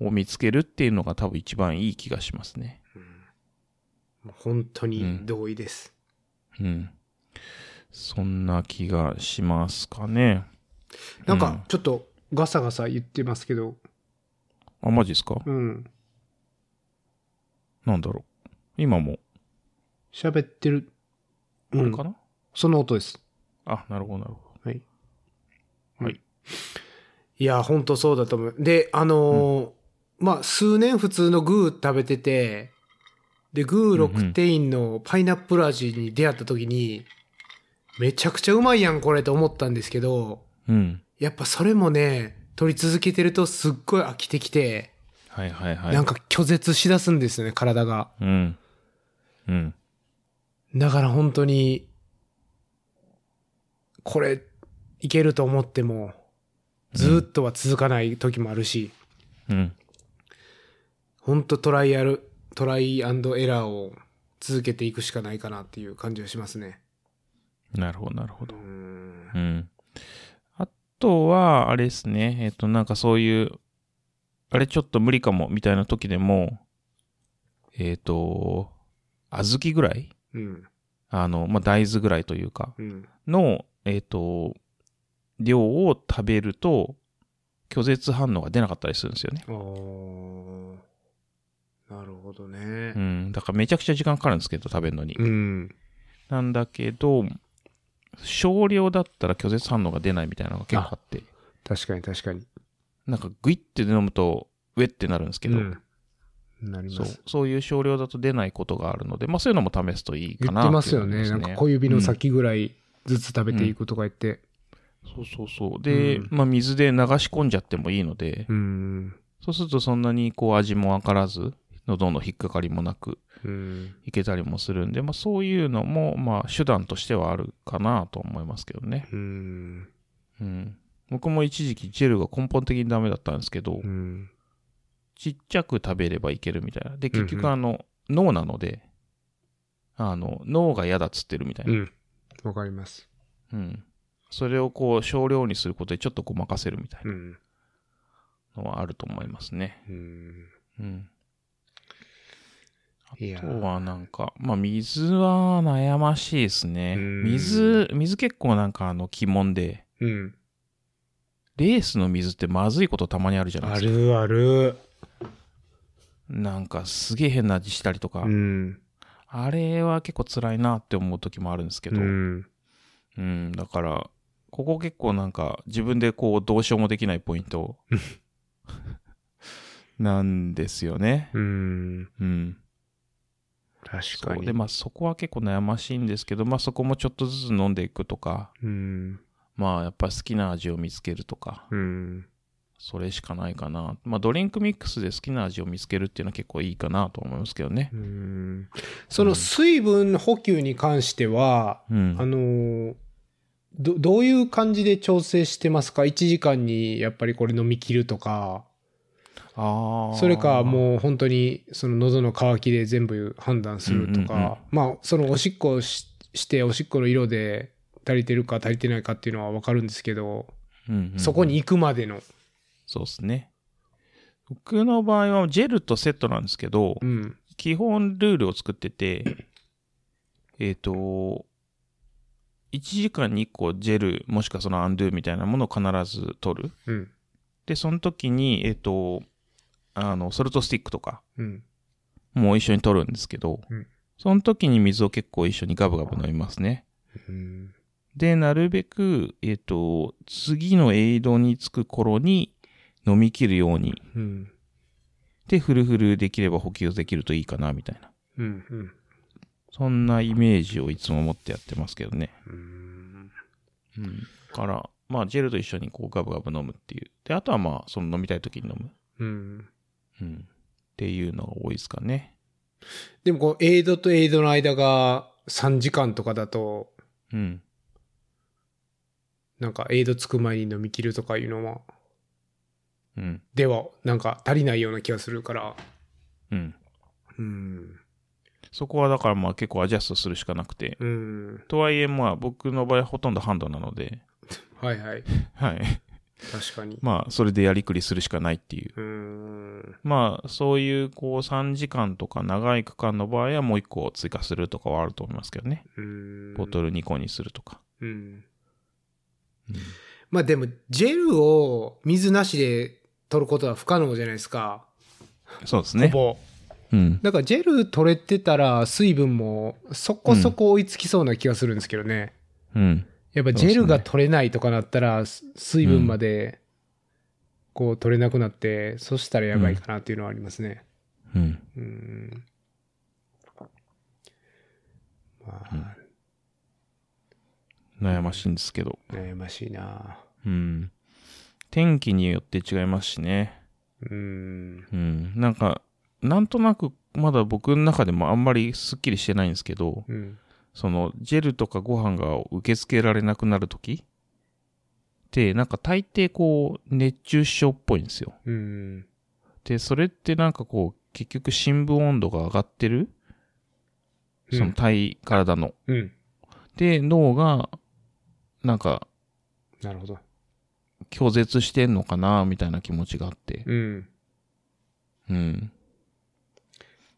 を見つけるっていうのが多分一番いい気がしますね。もう本当に同意です。うん。そんな気がしますかね。なんうんか、ちょっとガサガサ言ってますけど、あ、マジですかうん。なんだろう。今も、喋ってる。うこれんか。な、その音です。あ、なるほど、なるほど。はい。はい。いや、本当そうだと思う。で、あのーまあ、数年普通のグー食べてて、で、グーロクテインのパイナップル味に出会った時に、めちゃくちゃうまいやん、これと思ったんですけど、うん。やっぱそれもね、取り続けてるとすっごい飽きてきて、はいはいはい。なんか拒絶しだすんですよね、体が。うん。うん。だから本当に、これ、いけると思っても、ずーっとは続かない時もあるし、うん。本当トライアル、トライアンドエラーを続けていくしかないかなっていう感じがしますね。なるほど、なるほうど。ん。うん。あとは、あれですね。えっ、と、なんかそういう、あれちょっと無理かも、みたいな時でも、えっ、と、小豆ぐらいうん。あの、まあ、大豆ぐらいというか、うん。の、えっ、と、量を食べると、拒絶反応が出なかったりするんですよね。あーなるほどねう。ん。だからめちゃくちゃ時間かかるんですけど、食べるのに。うん。なんだけど、少量だったら拒絶反応が出ないみたいなのが結構あって。確かに確かに。なんかグイって飲むと、ウェってなるんですけど、うん、なりそまうす。そういう少量だと出ないことがあるので、まあ、そういうのも試すといい言かなって思いますよね。なんか小指の、先ぐらいずつ食べていくとか言って。うんそうそうそう。で、うんまあ、水で流し込んじゃってもいいので、うん。そうするとそんなにこう味もわからず、喉の引っかかりもなくうん。いけたりもするんで、まあ、そういうのも、まあ、手段としてはあるかなと思いますけどね。うん。うん。僕も一時期ジェルが根本的にダメだったんですけど、うん。ちっちゃく食べればいけるみたいな。で、結うんう局んあの、脳なので、あの、脳が嫌だっつってるみたいな。うん。わかります。。うん。それをこう、少量にすることでちょっとごまかせるみたいうなんのはあると思いますね。うん。うん。あいやーとはなんか、まあ、水は悩ましいですね。うん水、水結構なんかあの、鬼門で、うん。レースの水ってまずいことたまにあるじゃないであすか。るある。なんかすげえ変な味したりとか、うん。あれは結構辛いなって思う時もあるんですけうど、うん、ん。だから、ここ結構なんか自分でこうどうしようもできないポイントなんですよね。うん。うん。確そかうに。で、まあそこは結構悩ましいんですけど、まあそこもちょっとずつ飲んでいくとか、うん。まあやっぱ好きな味を見つけるとか、うん。それしかないかな。まあドリンクミックスで好きな味を見つけるっていうのは結構いいかなと思いますけどねう。ん。その水分補給に関しては、うん。あのーど、どういう感じで調整してますか ?1 時間にやっぱりこれ飲み切るとか、あーそれかもう本当にその喉の渇きで全部判断するとうんうんうんか、まあそのおしっこをししておしっこの色で足りてるか足りてないかっていうのはわかるんですけど、うんうんうんそこに行くまでの。そうですね。僕の場合はジェルとセットなんですけど、うん。基本ルールを作って て、えっ、と、1時間に1個ジェル、もしくはそのアンドゥみたいなものを必ず取る。うん。で、その時に、えっ、と、あの、ソルトスティックとかうん。も一緒に取るんですけど、うんその時に水を結構一緒にガブガブ飲みますね。うん。で、なるべく、えっ、と、次のエイドに着く頃に飲み切るようにうん。で、フルフルできれば補給できるといいかな、みたいな。うん。うん。そんなイメージをいつも持ってやってますけどね。うんうん。だから、まあ、ジェルと一緒にこうガブガブ飲むっていう。で、あとはまあ、その飲みたい時に飲む。うん。うん。っていうのが多いですかね。でもこう、エイドとエイドの間が3時間とかだと、うん。なんかエイドつく前に飲み切るとかいうのは、うん。では、なんか足りないような気がするから。うん。うん。そこはだからまあ結構アジャストするしかなくて。うん。とはいえまあ僕の場合はほとんどハンドなので、はいはい。はい。 確かに。まあそれでやりくりするしかないっていう。うん。まあそういうこう3時間とか長い区間の場合はもう1個追加するとかはあると思いますけどね。うん。ボトル2個にするとか。うん。うんまあでも、ジェルを水なしで取ることは不可能じゃないですか。そうですほね。ぼ。うん。だからジェル取れてたら水分もそこそこ追いつきそうな気がするんですけどね。うん。やっぱジェルが取れないとかなったら、す水分まで、こう取れなくなって、そしたらやばいかなっていうのはありますね。うん。うん。まあ、悩ましいんですけど。悩ましいなうん。天気によって違いますしね。うん。うん。なんか、なんとなく、まだ僕の中でもあんまりスッキリしてないんですけど、うん。その、ジェルとかご飯が受け付けられなくなるときって、なんか大抵こう、熱中症っぽいんですよ。うん。で、それってなんかこう、結局深部温度が上がってるうんその体、体の。うん。で、脳が、なんか、なるほど。拒絶してんのかな、みたいな気持ちがあって。うん。うん。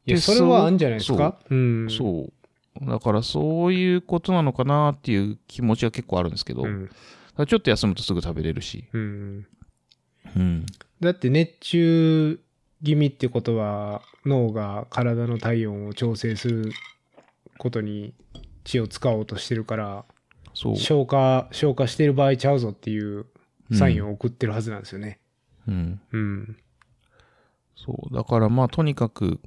いや、でそれはあるんじゃないですかうん。そう。だから、そういうことなのかな、っていう気持ちが結構あるんですけど、うだかん。らちょっと休むとすぐ食べれるし。うん。うん。だって熱中気味ってことは脳が体の体温を調整することに血を使おうとしてるからそう。消化消化してる場合ちゃうぞっていうサインを。を送ってるはずなんですよね。うん。うん。そう。だからまあ、とにかく、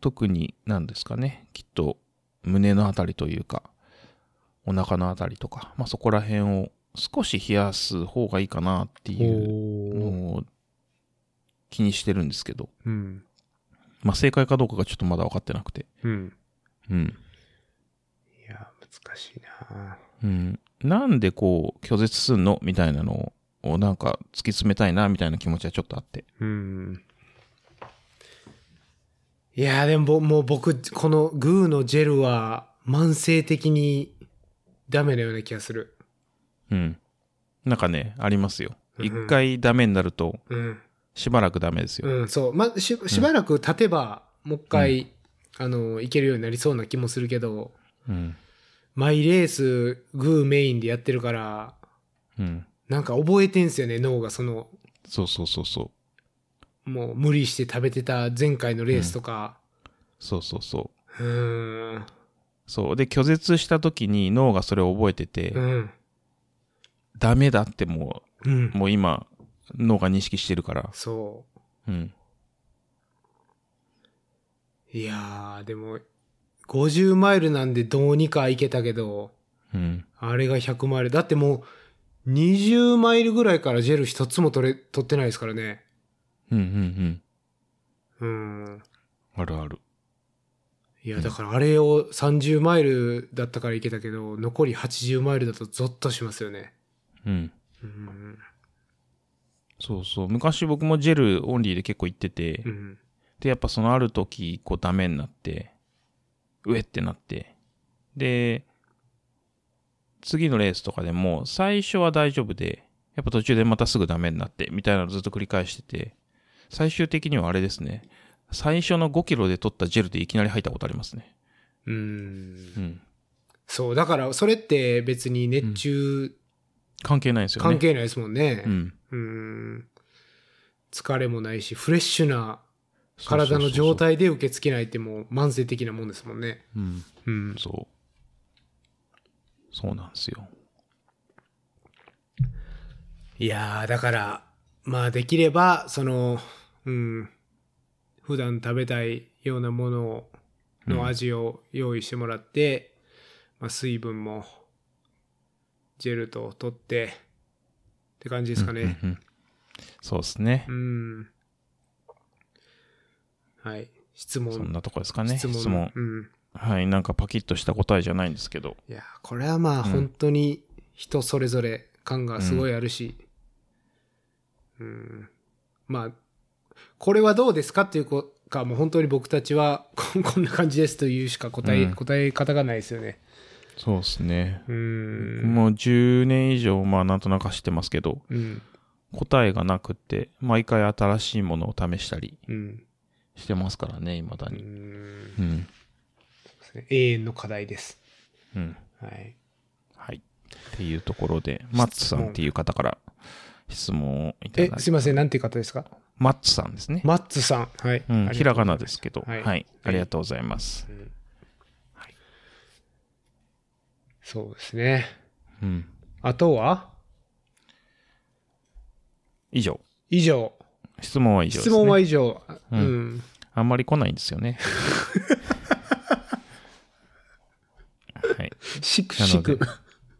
特に何ですかね。きっと、胸のあたりというか、お腹のあたりとか、まあそこら辺を少し冷やす方がいいかなっていうおお。のを気にしてるんですけど、うん。まあ正解かどうかがちょっとまだ分かってなくて。うん。うん。いや、難しいなうん。なんでこう、拒絶すんのみたいなのを、なんか突き詰めたいな、みたいな気持ちはちょっとあって。うん。いや、でもぼ、もう僕、このグーのジェルは慢性的にダメなような気がする。うん。なんかね、ありますよ。うん一回ダメになると、うん。しばらくダメですよ。うん、そう。ま、し、しばらく経てば、もう一回、あの、いけるようになりそうな気もするけど、うん。マイレース、グーメインでやってるから、うん。なんか覚えてんすよね、脳がその、そうそうそうそう。もう無理して食べてた前回のレースとか。そうそうそう。うーん。そう。で、拒絶した時に脳がそれを覚えてて、うん。ダメだってもうんう、。もう今、脳が認識してるから。そうん。う。いやー、でも、50マイルなんでどうにか行けたけど、うん。あれが100マイル。だってもう、20マイルぐらいからジェル一つも取れ、取ってないですからね。うんうんううん。ん。あるある。いや、だからあれを30マイルだったから行けたけど、残り80マイルだとゾッとしますよね。うん。うん。そうそう。昔僕もジェルオンリーで結構行ってて、うん。で、やっぱそのある時、こうダメになって、うえってなって、で、次のレースとかでも、最初は大丈夫で、やっぱ途中でまたすぐダメになって、みたいなのずっと繰り返してて、最終的にはあれですね、最初の5キロで取ったジェルでいきなり入ったことありますね。うんう。ん。そう、だからそれって別に熱中関係ないですよね。関係ないですもんねう。ん。うん。疲れもないし、フレッシュなそうそうそうそう体の状。態で受け付けないってもう慢性的なもんですもんね。うん。うん。そう。そうなんですよ。いやー、だから、まあできれば、その、うん、普段食べたいようなものを、うんの味を用意してもらって、まあ水分も、ジェルと取って、って感じですかね。うんうんうん。そうですねう。ん。はい。質問。そんなとこですかね。質問。うん。はい、なんかパキッとした答えじゃないんですけど。いやー、これはまあ本当に人それぞれ感がすごいあるし、うん、まあ、これはどうですかっていうこか、もう本当に僕たちは こんこんな感じですというしか答え、うん答え方がないですよね。そうですね。うん。もう10年以上、まあなんとなく走ってますけど、うん。答えがなくて、毎回新しいものを試したりうん。してますからね、未だうに。んうん。永遠の課題です。うん。はい。はい。っていうところで、マッツさんっていう方から質問をいたえ、だいすてい、ません、なんていう方ですかマッツさんですね。マッツさん。はい。うん、ありひがらとうがなですけど、はいはい。ありがとうございます。そうですね。うん。あとは以上。以上。質問は以上です、質ね。問は以上。うんうんあんまり来ないんですよ ね。はい。シクなシのでク。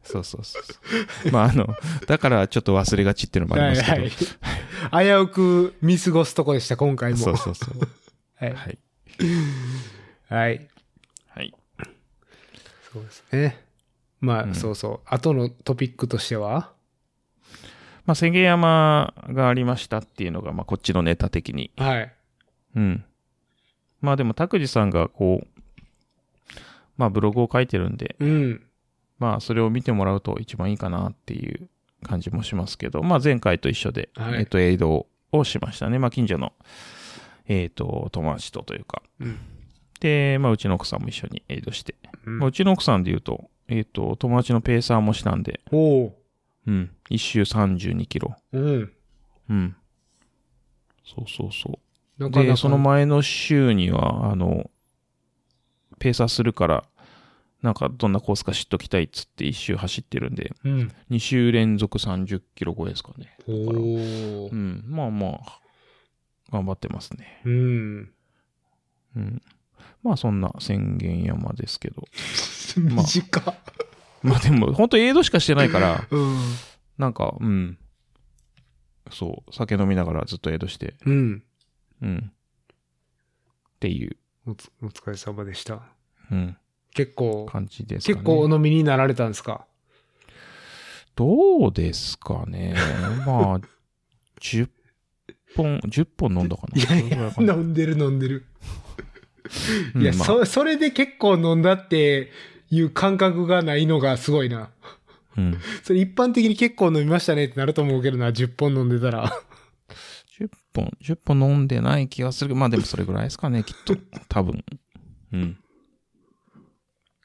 そうそうそうそう。まあ、あの、だからちょっと忘れがちっていうのもありますけど。はいはい、危うく見過ごすとこでした、今回も。 そうそうそう。はい。はい。はい。はい。そうですね。まあ、うんそうそう。後のトピックとしてはまあ、千言山がありましたっていうのが、まあ、こっちのネタ的に。はい。うん。まあ、でも、拓司さんが、こう、まあ、ブログを書いてるんで、うん。まあ、それを見てもらうと一番いいかなっていう感じもしますけど、まあ、前回と一緒で、はいえっと、エイドをしましたね。まあ、近所の、えっと、友達とというか。うん。で、まあ、うちの奥さんも一緒にエイドして。うんまあ、うちの奥さんで言うと、えっ、と、友達のペーサーもしたんで、おう。うん。一周32キロ。うん。うん。そうそうそう。なかなで、かその前の週には、あの、ペーサーするから、なんかどんなコースか知っときたいっつって一周走ってるんで、うん。 2週連続30キロ超えですかね。おだからおう。ん、まあまあ、頑張ってますね。うん。うん。まあそんな宣言山ですけど。まあ短っ。まあでも、本当エイドしかしてないから、うん。なんか、うん。そう、酒飲みながらずっとエイドして、うん。うん。っていう、おつお疲れ様でした。うん、結構、感じですかね。結構お飲みになられたんですかどうですか ね。まあ、10本、10本飲んだかな。いやいそれぐらや、かな飲んでる飲んでる。うんいや、まあそ、それで結構飲んだっていう感覚がないのがすごいな。うん。それ一般的に結構飲みましたねってなると思うけどな、10本飲んでたら。 10本、10本飲んでない気がするけどまあでもそれぐらいですかね、きっと。多分。うん。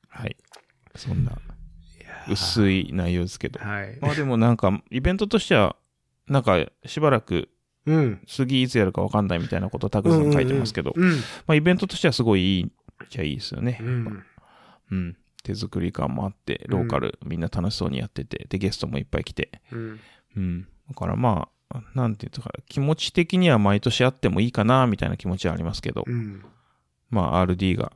はい。そんな、薄い内容ですけど。はい。まあでもなんか、イベントとしては、なんか、しばらく、 うん。次いつやるかわかんないみたいなことをタグさん書いてますけど、うん。まあイベントとしてはすごいいいじゃいいですよね。うん。うん。手作り感もあって、ローカル、みんな楽しそうにやってて、で、ゲストもいっぱい来て。うん。うん。だからまあ、なんていうか、気持ち的には毎年あってもいいかな、みたいな気持ちはありますけど、うん。まあ RD が、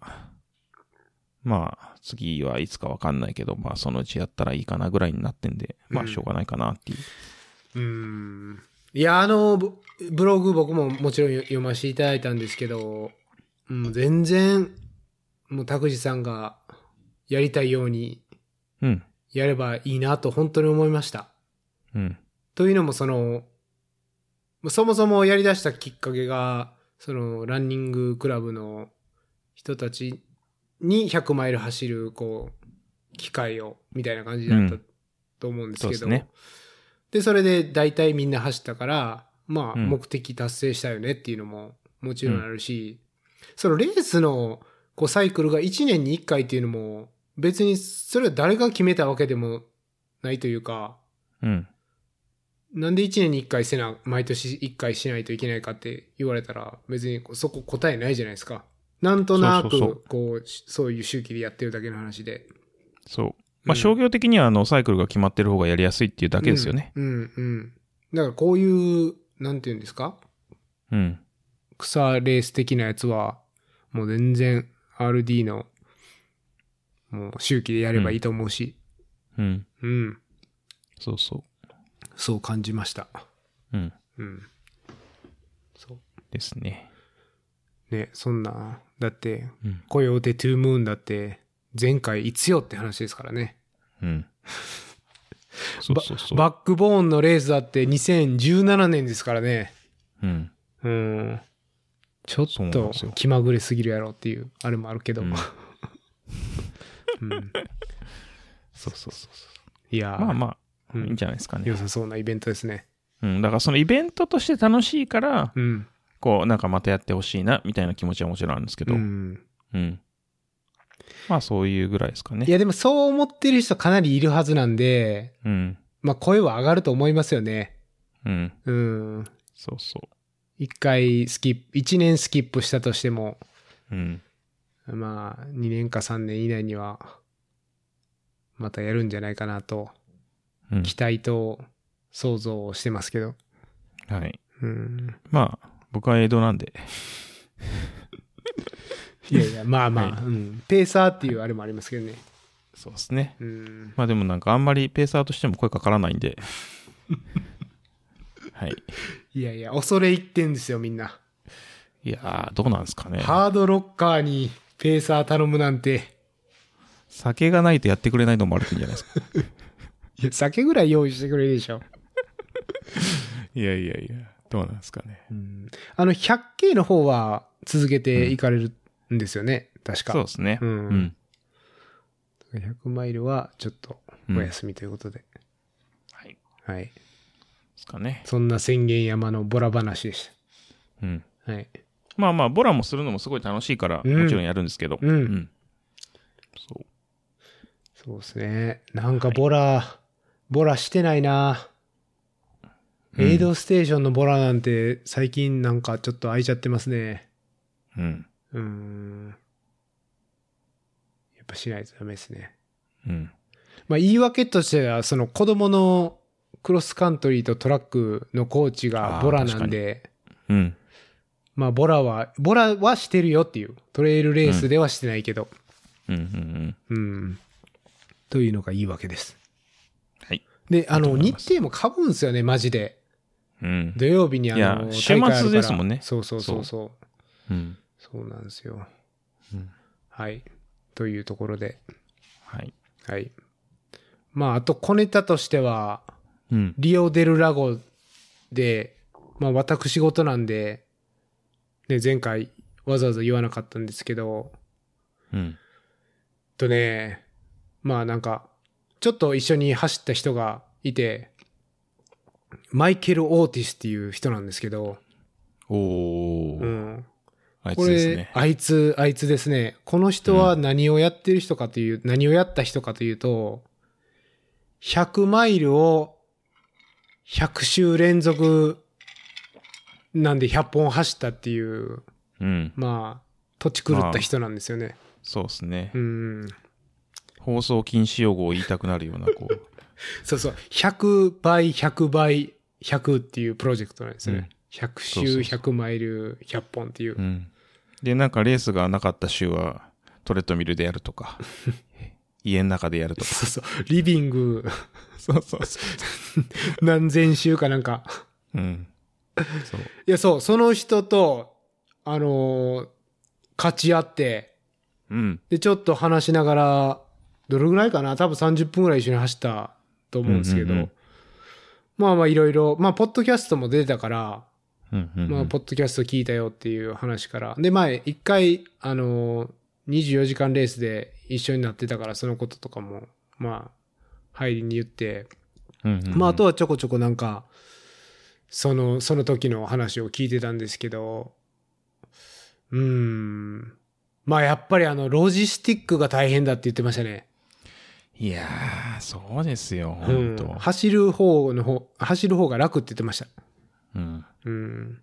まあ、次はいつかわかんないけど、まあそのうちやったらいいかなぐらいになってんで、まうあんしょうがないかなっていう。うん。いや、あの、ブブログ僕ももちろん読読ませていただいたんですけど、もう全然、もう拓司さんがやりたいようにうん。やればいいなと本当に思いました。うん。というのもその、そもそもやり出したきっかけが、そのランニングクラブの人たちに100マイル走る、こう、機会を、みたいな感じだったうんと思うんですけそど、うですねで、それで大体みんな走ったから、まあ、うん目的達成したよねっていうのももちろんあるし、そのレースのこうサイクルが1年に1回っていうのも、別にそれは誰が決めたわけでもないというか、うん。なんで1年に1回せな、毎年1回しないといけないかって言われたら、別にそこ答えないじゃないですか。なんとなそうそうそく、こう、しそういう周期でやってるだけの話で。そう。まあ商業的には、あの、サイクルが決まってる方がやりやすいっていうだけですよね。うんうん。だからこういう、なんていうんですかうん。草レース的なやつは、もう全然 RD の、もう周期でやればいいと思うし、うん。うん、そうそそう感じました。う。うん。うん。そう。ですね。ね、そんな、だって、うん。声を打てトゥームーンだって、前回いつよって話ですからね。 うん。そうそうそう。バックボーンのレースだって2017年ですからね。うん。うん。ちょっそうなんとですよ気まぐれすぎるやろって いう、あれもあるけど。うんうんそうそうそうそう。いやー、まあまあ、うんいいんじゃないですかね良。さそうなイベントですね。うん。だからそのイベントとして楽しいから、うん。こう、なんかまたやってほしいな、みたいな気持ちはもちろんあるんですけど、ううん。んまあそういうぐらいですかいね。や、でもそう思ってる人かなりいるはずなんで、うん。まあ声は上がると思いますよね。うん。うん。そうそ一回スキップ、一年スキップしたとしても、う。うん。まあ、2年か3年以内には、またやるんじゃないかなと、うん。期待と想像をしてますけど。はい。うん。まあ、僕は江戸なんで。いやいや、まあまあ、はいうん。ペーサーっていうあれもありますけどね。そうですね。うん。まあでもなんかあんまりペーサーとしても声かからないんで。 はい。いやいや、恐れ入ってんですよ、みんな。いやー、どうなんですかね。ハードロッカーにペーサー頼むなんて、酒がないとやってくれないのもあるんじゃないですか。いや酒ぐらい用意してくれるでしょ。 いやいやいや、どうなんですかね。うん。あの、100K の方は続けていかれるんですよね、確か。そうですね。うんうん。 100マイルはちょっとお休みということで。はい。ではい。すかね。そんな宣言山のボラ話でしうん。た。はい。まあまあ、ボラもするのもすごい楽しいから、うんもちろんやるんですけど。うんそう。そうですね。なんかボラ、ボラしてないな。うんエイドステーションのボラなんて最近なんかちょっと空いちゃってますね。うん。うーん。やっぱしないとダメですね。うん。まあ言い訳としては、その子供のクロスカントリーとトラックのコーチがボラなんで、うん。まあボラは、ボラはしてるよっていう。トレイルレースではしてないけど。うん。うん。うん。うん。というのが言い訳です。はい。で、あいいとの、思いま日す程もかぶんすよね、マジで。うん。土曜日にあいやの、週末大会あるからですもんねそうそうそうそう。うん。そうなんですよ。うんはい。というところで。はい。はい。まあ、あと小ネタとしては、うん。リオデルラゴで、まあ私事なんで、ね、前回わざわざ言わなかったんですけど、うん。とね、まあなんか、ちょっと一緒に走った人がいて、マイケル・オーティスっていう人なんですけど、おうー。ん。あいこつですれね、。あいつ、あいつですね。この人は何をやってる人かという、何をやった人かというと、100マイルを100周連続なんで100本走ったっていう、うん。まあ、土地狂った人なんですよね。そうですねう。ん。放送禁止用語を言いたくなるような、 こう。そうそう。100倍、100倍、100っていうプロジェクトなんですようんね。100そうそ周、うそ100マイル、100本っていうう。ん。で、なんかレースがなかった週は、トレッドミルでやると か、家の中でやるとか。そうそう。リビング そうそうそ何千周かなんか。う。うん。そう。いや、そう、その人と、あのー勝ち合って、うん。で、ちょっと話しながら、どれぐらいかな多分30分ぐらい一緒に走ったと思うんですけど、うんうんうんまあまあいろいろ、まあ、ポッドキャストも出てたから、うんうんうん。まあ、ポッドキャスト聞いたよっていう話から。で、前、一回、あのー、24時間レースで一緒になってたから、そのこととかも、まあ、入りに言って、うんうんうんまあ、あとはちょこちょこなんか、その、その時の話を聞いてたんですけど、うーん。まあ、やっぱりあの、ロジスティックが大変だって言ってましたね。いやー、そうですよ、う本ん当。。走る方の方、走る方が楽って言ってました。うん。うん。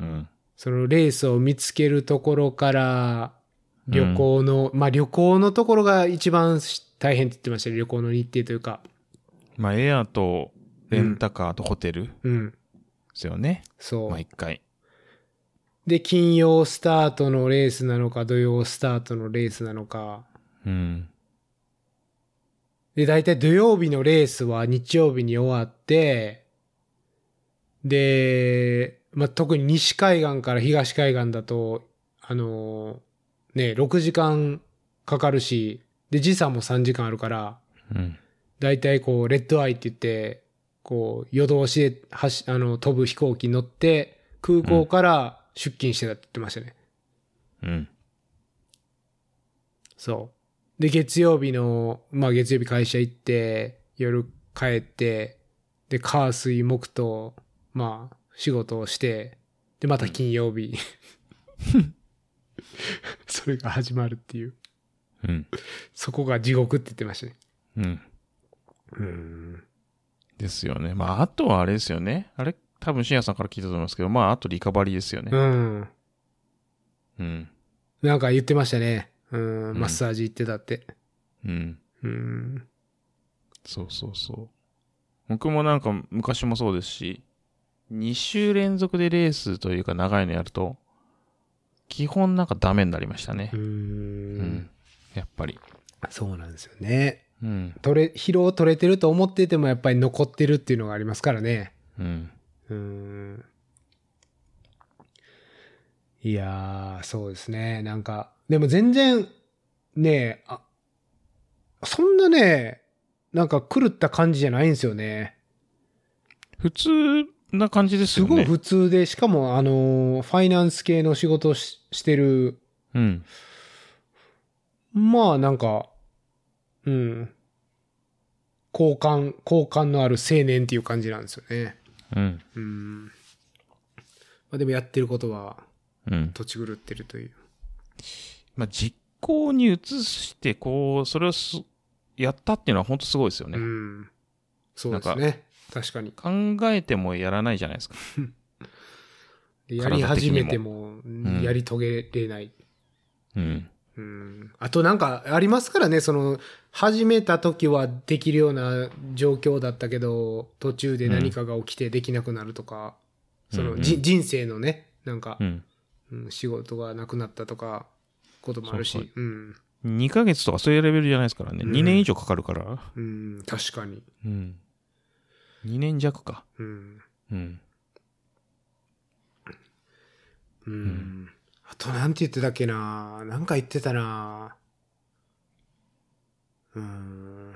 うん。そのレースを見つけるところから、旅行の、まあ旅行のところが一番し大変って言ってましたね。旅行の日程というか。まあ、エアとレンタカーとホテルでうん。すよね。そう。毎回。で、金曜スタートのレースなのか、土曜スタートのレースなのか。うん。で、大体土曜日のレースは日曜日に終わって、で、まあ、特に西海岸から東海岸だと、あのーね、6時間かかるし、で、時差も3時間あるから、うん。大体こう、レッドアイって言って、こう、夜通しで走、あの、飛ぶ飛行機に乗って、空港から出勤してたって言ってましたね。うん。そう。で、月曜日の、まあ月曜日会社行って、夜帰って、で、火水木と、まあ、仕事をして、で、また金曜日。 それが始まるっていう。うん。そこが地獄って言ってましたね。うん。うん。ですよね。まあ、あとはあれですよね。あれ、多分、シアさんから聞いたと思いますけど、まあ、あとリカバリーですよね。うん。うん。なんか言ってましたね。うん。うんマッサージ行ってたって。うん。うん。そうそうそう。僕もなんか、昔もそうですし、2週連続でレースというか長いのやると、基本なんかダメになりましたねう。うんん。やっぱり。そうなんですよね。うん。取れ、疲労取れてると思っててもやっぱり残ってるっていうのがありますからね。うん。うーんいやー、そうですね。なんか、でも全然、ねえ、あ、そんなね、なんか狂った感じじゃないんですよね。普通な感じですすよね。ごい普通で、しかも、あのー、ファイナンス系の仕事をししてる、うん。まあなんか、うん、好感、好感のある青年っていう感じなんですよね。うん。うん。まあでもやってることは、うん。土地狂ってるという。まあ、実行に移して、こう、それをすやったっていうのは本当すごいですよね。うん。そうですね。確かに。考えてもやらないじゃないですか。でやり始めても、んやり遂げれない。うん。うんあとなんかありますからね、その、始めた時はできるような状況だったけど、途中で何かが起きてできなくなるとか、うんその、うんうんじ人生のね、なんかう、ん。うん仕事がなくなったとか、こともあるそうし、うん、 2ヶ月とかそういうレベルじゃないですからね。うん2年以上かかるから。うん、確かに。うん。2年弱か。うん、うん。うん。んあと、なんて言ってたっけななんか言ってたなうん。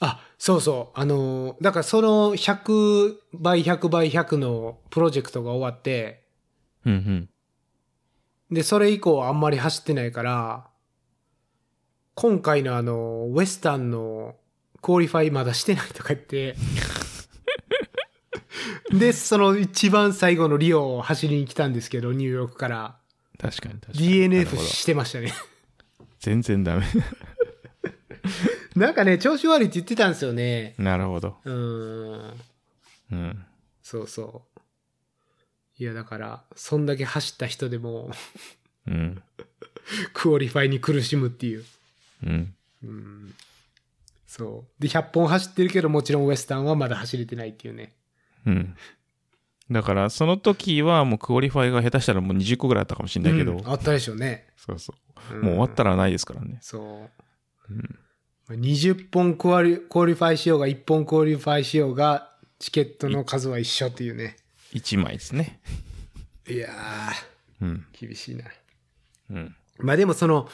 あ、そうそう。あのー、だからその100倍100倍100のプロジェクトが終わって、うんうん。で、それ以降あんまり走ってないから、今回のあの、ウエスタンのクオリファイまだしてないとか言 って、で、その一番最後のリオを走りに来たんですけど、ニューヨークから確かに確かに。なる DNF ほどしてましたね。 全然ダメ。なんかね、調子悪いって言ってたんですよね。なるほど。うーん、うん。そうそう。いや、だから、そんだけ走った人でも、うん。クオリファイに苦しむっていう。うん。うんそう。で、100本走ってるけど、もちろんウエスタンはまだ走れてないっていうね。うん。だから、その時はもうクオリファイが下手したらもう20個ぐらいあったかもしれないけど、うんあったでしょうね。そうそう。うんもう終わったらないですからね。そう。うん。まあ20本クオリクオリファイしようが、1本クオリファイしようが、チケットの数は一緒っていうね。 1枚ですね。いやうん。ー、厳しいな。うん。まあでもその、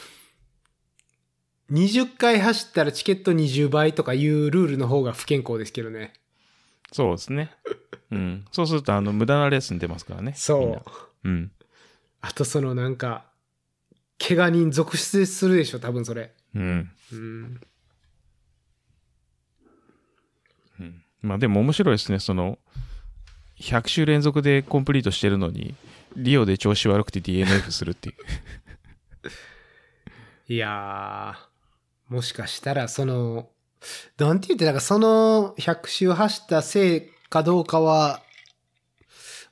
20回走ったらチケット20倍とかいうルールの方が不健康ですけどね。そうですね。うん。そうすると、あの、無駄なレースに出ますからね。みんそうな。。うん。あとそのなんか、怪我人続出するでしょ、多分それ。うん。うん。うんまあでも面白いですね。その、100週連続でコンプリートしてるのに、リオで調子悪くて DNF するっていう。いやー、もしかしたら、その、なんて言って、なんかその100周走ったせいかどうかは、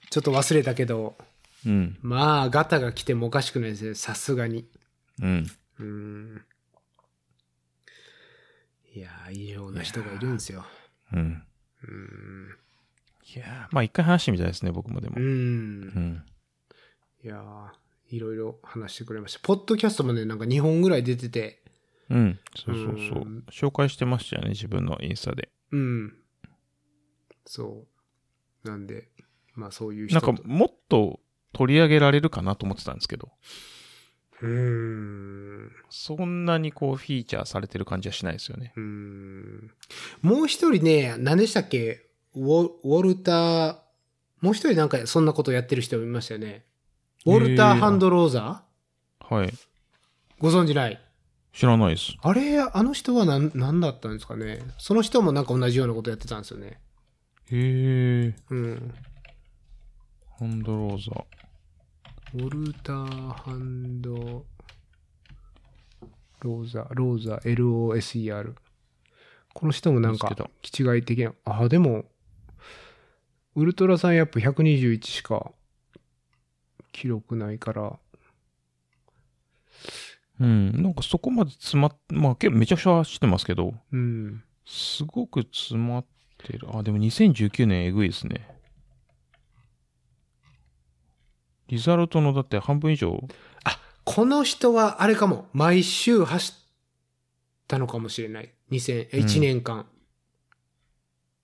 ちょっと忘れたけど、うん。まあ、ガタが来てもおかしくないですね、さすがに。うん。うーん。いやー、いいような人がいるんですよ。うん。うーん。いやーまあ一回話してみたいですね、僕もでもう。ー。うんん。いやー、いろいろ話してくれました。ポッドキャストもね、なんか2本ぐらい出てて、うん。そうそうそううん。紹介してましたよね、自分のインスタで。うん。そう。なんで、まあそういうな人んかともっと取り上げられるかなと思ってたんですけど、うーんそんなにこうフィーチャーされてる感じはしないですよね。うーんもう一人ね、何でしたっけウォウォルター、もう一人なんかそんなことやってる人いましたよね。ウォルター・ハンドローザはい。ーご存じない知らないです。あれ、あの人は何何だったんですかねその人もなんか同じようなことやってたんですよね。へえ。うん。ハンドローザ。ウォルター・ハンド、ローザ、ローザ、LOSER。この人もなんか見つけた、気違い的な。あ、でも、ウルトラさんやっぱ121しか記録ないから。うん。なんかそこまで詰まっ、まあけめちゃくちゃ走ってますけど、うん。すごく詰まってる。あ、でも2019年えぐいですね。リザルトのだって半分以上、この人はあれかも。毎週走ったのかもしれない。2000、えうん1年間。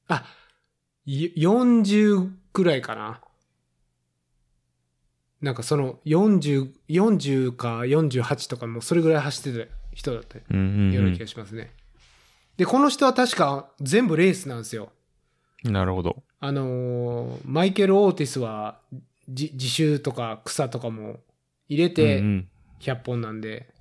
あ、よ40ぐらいかな。なんかその40、40か48とかもうそれぐらい走ってた人だったようんううんうな気がしますね。で、この人は確か全部レースなんですよ。ん、なるほど。あのーマイケル・オーティスはじ自習とか草とかも入れて、うんうん100本なんで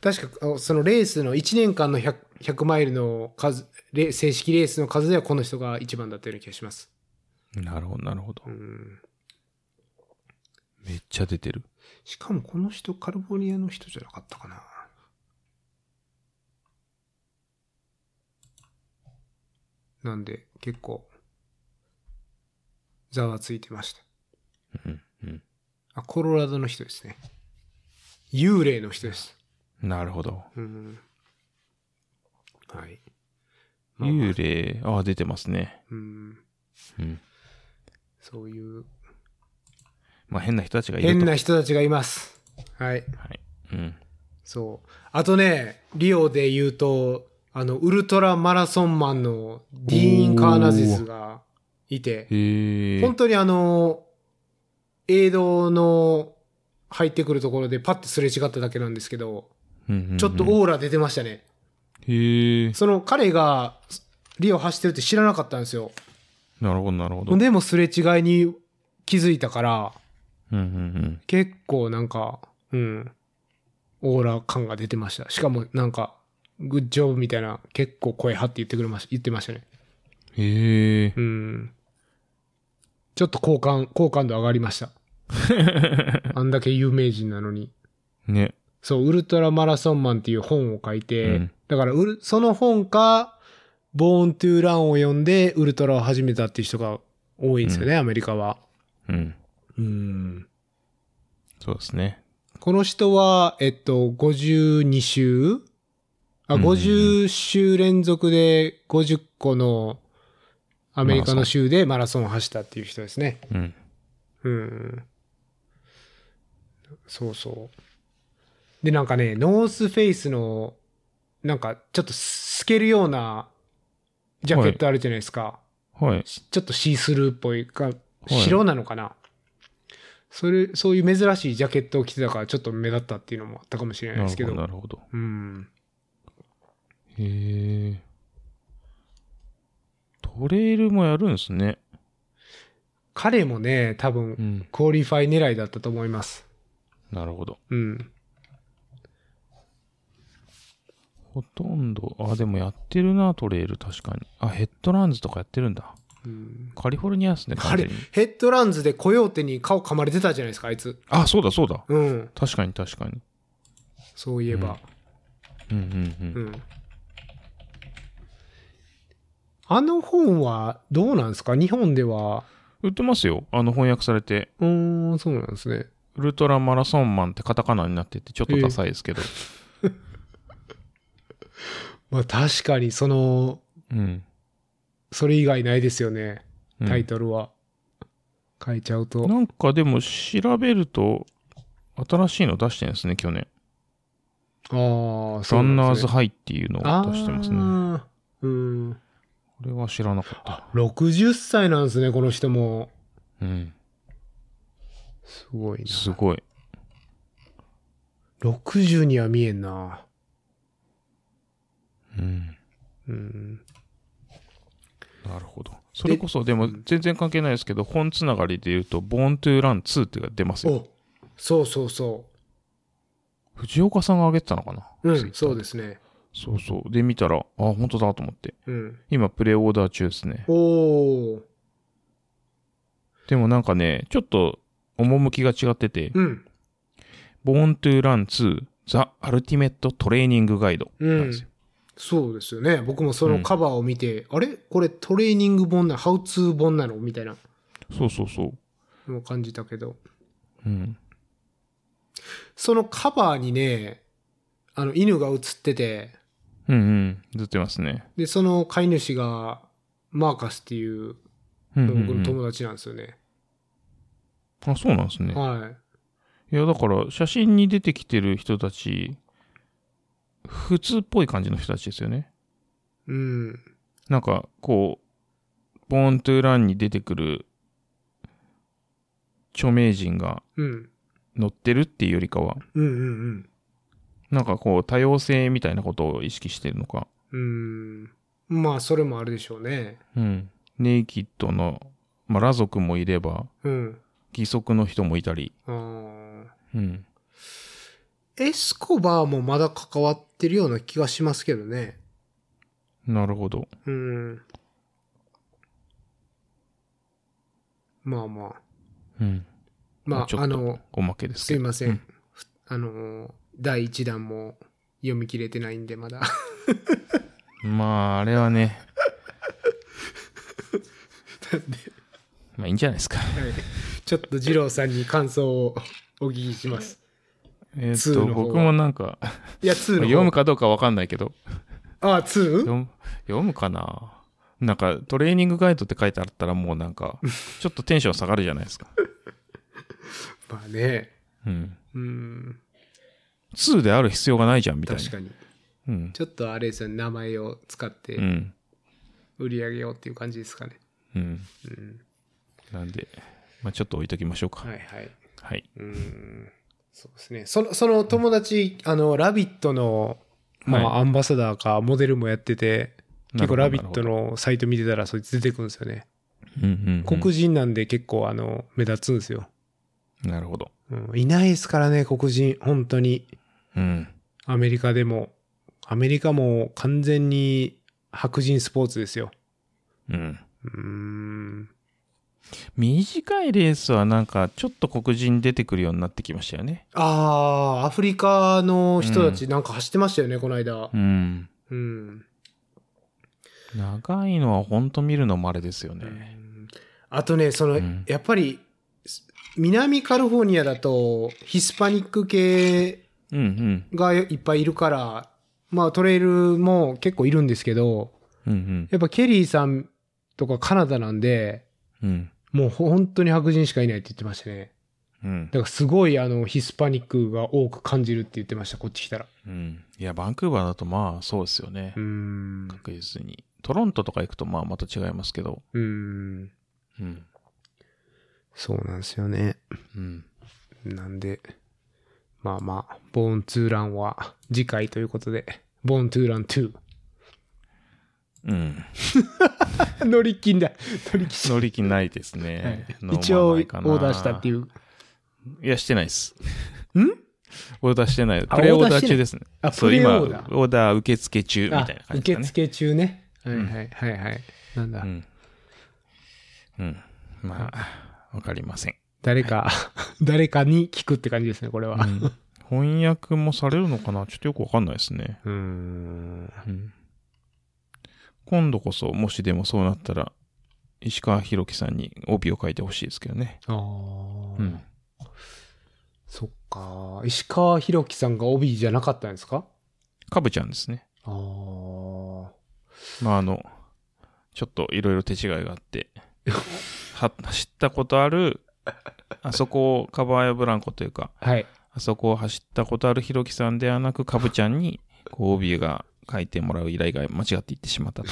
確かあそのレースの1年間の 100, 100マイルの数レ正式レースの数ではこの人が一番だったような気がしますなるほど、なるほどう。んめっちゃ出てる。しかもこの人カルボニアの人じゃなかったかななんで、結構、ざわついてました。うんうんあ、コロラドの人ですね。幽霊の人です。なるほど。うん。はい。まあまあ幽霊、ああ、出てますね。うん。うん。そういうまあ、変な人たちがいると。変な人たちがいます。はい。はい。うん。そう。あとね、リオで言うと、あの、ウルトラマラソンマンのディーン・カーナゼスがいて、へえ。本当にあの、映像の入ってくるところでパッてすれ違っただけなんですけど、うんうんちょっとうんオーラ出てましたね。へえ。その彼がリオ走ってるって知らなかったんですよ。なるほど、なるほど。うんでもすれ違いに気づいたから、うんうん。結構なんか、うん、オーラ感が出てました。しかもなんか、グッジョブみたいな、結構声張って言ってくれました、言ってましたね。へえ。うん。ちょっと好感、好感度上がりま した。あんだけ有名人なのに。ね。そう、ウルトラマラソンマンっていう本を書いて、うんだからウル、その本か、ボーントゥーランを読んで、ウルトラを始めたっていう人が多いんですよね、アメリカは。うん。うん。そうですね。この人は、えっと、52週あ、うんうんうん50週連続で50個のアメリカの州でマラソンを走ったっていう人ですね。うん。うん。そうそう。で、なんかね、ノースフェイスの、なんかちょっと透けるようなジャケットあるじゃないですか。はい。しちょっとシースルーっぽいか、い白なのかな、それ、そういう珍しいジャケットを着てたから、ちょっと目立ったっていうのもあったかもしれないなでるすけほど。ど、なるほど。うん。へえ。トレイルもやるんですね。彼もね、多う分、ん。クオリファイ狙いだったと思います。なるほど。うん。ほとんど、あ、でもやってるな、トレイル、確かに。あ、ヘッドランズとかやってるんだ。うんカリフォルニアですね、あ完全れに。、ヘッドランズでコヨーテに顔噛まれてたじゃないですか、あいつ。あ、そうだ、そうだ。うん。確かに、確かに。そういえば。うんうんううん。ん。あの本はどうなんですか日本では。売ってますよ。あの、翻訳されて。うーん、そうなんですね。ウルトラマラソンマンってカタカナになってて、ちょっとダサいですけど。まあ確かに、その、うん。それ以外ないですよね。うんタイトルは。変えちゃうと。なんかでも調べると、新しいの出してるんですね、去年。ああ、ランナーズハハイっていうのを出してますね。あーうん。これは知らなかった。 60歳なんですね、この人も。うん。すごいすな。ごい。 60には見えんな。うん。うん。なるほど。それこそ、でも全然関係ないですけど、本つながりで言うと、ボーントゥーラン2っていうのが出ますよ。おそうそうそ藤岡さんが上げてたのかなう。うん、そうですね。そうそう。で、見たら、あ、本当だと思って。うん。今、プレイオーダー中ですね。おお。でもなんかね、ちょっと、趣が違ってて、うん。ボーントゥーラン2、ザ・アルティメット・トレーニング・ガイドうんなんですよ。そうですよね。僕もそのカバーを見て、あれこれトレーニング本なのハウツー本なのみたいなそうそうそう。のを感じたけど。うん。そのカバーにね、あの、犬が映ってて、うんうん。ずっとますね。で、その飼い主が、マーカスっていう、うん僕うんのうん、友達なんですよね。あ、そうなんですね。はい。いや、だから、写真に出てきてる人たち、普通っぽい感じの人たちですよね。うん。なんか、こう、ボーントゥーランに出てくる著名人がうん。乗ってるっていうよりかは、うんうんなんかこう、多様性みたいなことを意識してるのか、うん。うん。まあ、それもあるでしょうね。うん。ネイキッドの、まあ、裸族もいれば、うん。義足の人もいたり、あーうん。エスコバーもまだ関わってるような気がしますけどね。なるほど。うん。まあまあ。うん。まちょっあ、とあの、おまけですすけいど。ませ。うんふあの、第1弾も読み切れてないんで、まだ。まあ、あれはね、したんで、 まあいいんじゃないですか。はいちょっと二郎さんに感想をお聞きし ます。えーっ2と、の方は僕もなんか、いや、2の方読むかどうかわかんないけど、ああ、2? 読む読むかななんか、トレーニングガイドって書いてあったらもうなんか、ちょっとテンション下がるじゃないですか。まあね。うん。うん、 2である必要がないじゃん、みたいな。確かに。うん。ちょっとあれですよね、名前を使ってうん。売り上げようっていう感じですかね。うん。うん、なんで、まあちょっと置いときましょうか。ははい。いはい。はい。うん、そうですね。その、その友達、あの、ラビットの、まあ、はアンバサダーか、モデルもやってて、結構なラるほどビットのサイト見てたら、そいつ出てくるんですよね。うんうん、うん。黒人なんで結構、あの、目立つんですよ。なるほど。うん、いないですからね、黒人、本当に。うん。アメリカでも。アメリカも完全に白人スポーツですよ。うん。うーん。短いレースはなんか、ちょっと黒人出てくるようになってきましたよね。ああ、アフリカの人たちなんか走ってましたよね、この間う。ん。うん。長いのはほんと見るのまれですよね。あとね、その、うんやっぱり、す南カリフォルニアだと、ヒスパニック系うんうん。がいっぱいいるから、まあトレイルも結構いるんですけど、うんやっぱケリーさんとかカナダなんで、うん。うん。もう本当に白人しかいないって言ってましたね。うんだ。からすごいあのヒスパニックが多く感じるって言ってました、こっち来たら。うん。いや、バンクーバーだとまあ、そうですよねうー。ん。う確実に。トロントとか行くとまあ、また違いますけど。ーん。うん。そうなんですよね。うん。なんで、まあまあ、ボーン・トゥーランは次回ということで、ボーン・トゥーラン2。うん。 乗り金だ。乗り金。乗り気ないで すね。飲一応、まオないかなーダーしたっていう。いや、してないです。 んオーダーしてない。あプレオオーダーダーしてなーい中ですね。あそう、プレオー今、ダオーーダー受付中みたいなあ感じ受だね。付中ね。はいんはいはいはい。なんだう。ん。うん。まあ、わかりません。誰か、 誰かに聞くって感じですね、これは。翻訳もされるのかなちょっとよくわかんないですね。うーん。うん。今度こそ、もしでもそうなったら、石川博樹さんに帯を書いてほしいですけどね。ああ。うん。そっか。石川博樹さんが帯じゃなかったんですかかぶちゃんですね。ああ。まあ、あの、ちょっといろいろ手違いがあ って、は、知ったことある、あそこをカバーやブランコというか、はい。あそこを走ったことあるひろきさんではなく、かぶちゃんに、こう、帯が書いてもらう依頼が間違っていってしまったと。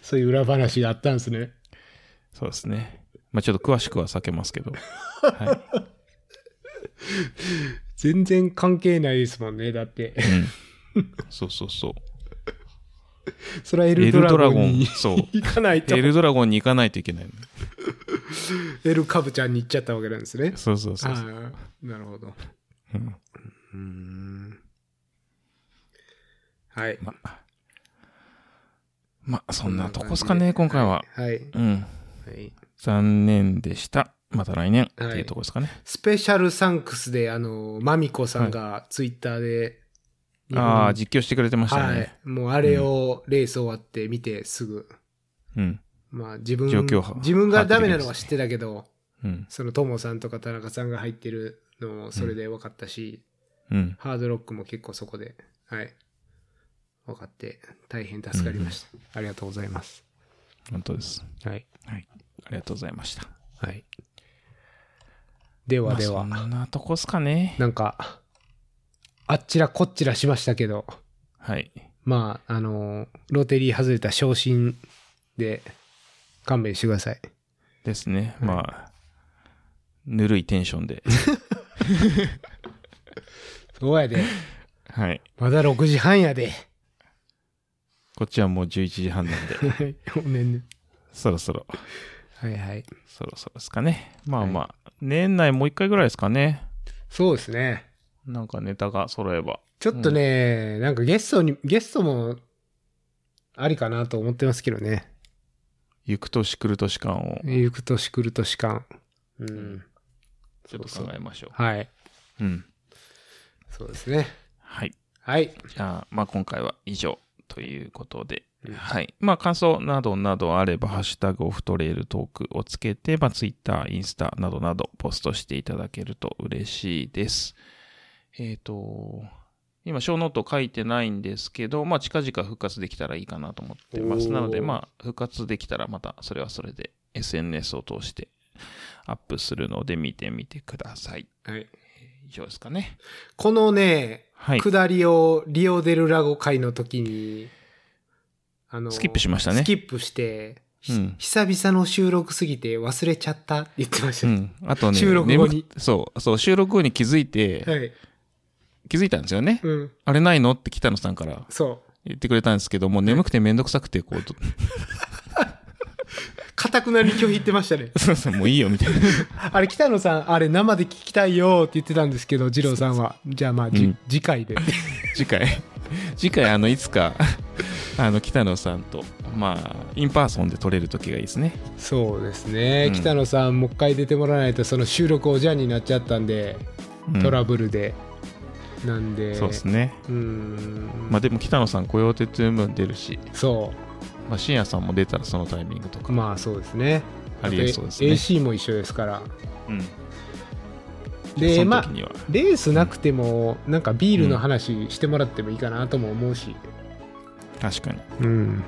そういう裏話があったんですね。そうですね。まあちょっと詳しくは避けますけど。は全然関係ないですもんね。だって。い。うん。 そうそうそう。それはエエルルドドララゴゴンン、にそう。行かないと。エエルルドラゴンに行かないといけないの。カブちゃんに行っちゃったわけなんですね。そうそうそうそう。ああ、なるほど。うんうーん。はい。まあ、まあ、そんなとこですかね、今回は。はい。うん。はい。残念でした。また来年ってはいいうとこですかね。スペシャルサンクスで、あの、マミコさんがツイッターで、ああ、日実況してくれてまし本たはね。い。もうあれをレース終わって見てすぐ、うん。まあ自分状況は自分がダメなのは知ってたけど、うん。そのトモさんとか田中さんが入ってるのもそれで分かったし、うん。ハードロックも結構そこで、はい。分かって、大変助かりました。ありがとうございます。本当です。はい。はい。ありがとうございました。はい。ではでは、まあそんなとこっすかね。なんか、あっちらこっちらしましたけど、はい。まあ、あのーロテリー外れた昇進で勘弁してください。ですね。まあ、ぬるいテンション で。そうやで。はい。 まだ6時半やで。こっちはもう11時半なんで、 はい。 ごめんね。そろそろ、はいはい。そろそろですかね。まあまあ、年内もう一回ぐらいですかね。そうですね。なんかネタが揃えば。ちょっとね、なんかゲストに、ゲストもありかなと思ってますけどね。行く年来る年感を行く年来る年間。うん。ちょっと考えましょう。はい。うん。そうですね。はい。はい。じゃあ、まあ今回は以上ということで、はい。まあ、感想などなどあれば、ハッシュタグオフトレイルトークをつけて、まあ、ツイッター、インスタなどなどポストしていただけると嬉しいです。えっ、と、今、小ノート書いてないんですけど、まあ、近々復活できたらいいかなと思ってます。おーなので、まあ、復活できたらまた、それはそれで SNS を通してアップするので見てみてください。はい。以上ですかね。このね、はい。下りをリオデルラゴ会の時に、あのスキップしましたねスキップして、ひうん久々の収録すぎて忘れちゃったって言ってましたうね。ん。あとね、収録後に眠くそう、そう、収録後に気づいて、はい。気づいたんですよね。うん。あれないのって北野さんからそう。言ってくれたんですけど、もう眠くてめんどくさ くて、こうと、かたくなに拒否言ってましたね。そうそうもういいよみたいな。 あれ、北野さん、あれ、生で聞きたいよって言ってたんですけど、二郎さんは。じゃあまあ、じうん次回で。次回、 次回、あの、いつか、 あの、北野さんと、まあ、インパーソンで撮れる時がいいですね。 そうですね、うん北野さん、もう一回出てもらわないと、その収録おじゃんになっちゃったんで、うんトラブルで。なんで、そうですね。うーん、まあ、でも北野さん、雇用手トゥーム出るし、そまあ、深夜さんも出たらそのタイミングとう、か、まあそうですね。ありえそうですあねと。AC も一緒ですから。うん。でそまあの時には、レースなくても、なんかビールの話してもらってもいいかなとも思うし。確かに。うん。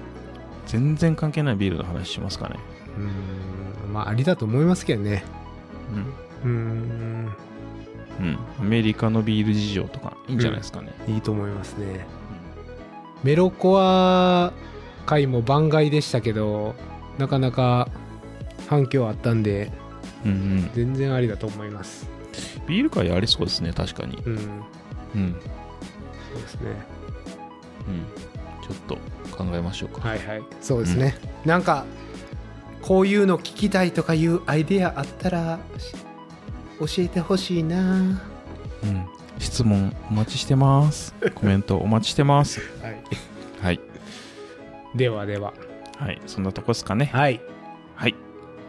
全然関係ないビールの話しますかね。うん、まあ、ありだと思いますけどね。うん。うん、うん。アメリカのビール事情とか、いいんじゃないですかね。いいと思いますね。メロコア回も番外でしたけど、なかなか反響あったんで、うんうん。全然ありだと思います。ビール会ありそうですね、確かに。うん、うん。そうですね。うん。ちょっと考えましょうか。はいはい。そうですね。なんか、こういうの聞きたいとかいうアイデアあったら、し教えてほしいな。うん。質問お待ちして ます。コメントお待ちしてます。はい。はい。ではでは。はい。そんなとこですかね。はい。はい。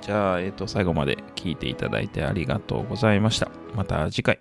じゃあ、えっ、と、最後まで聞いていただいてありがとうございました。また次回。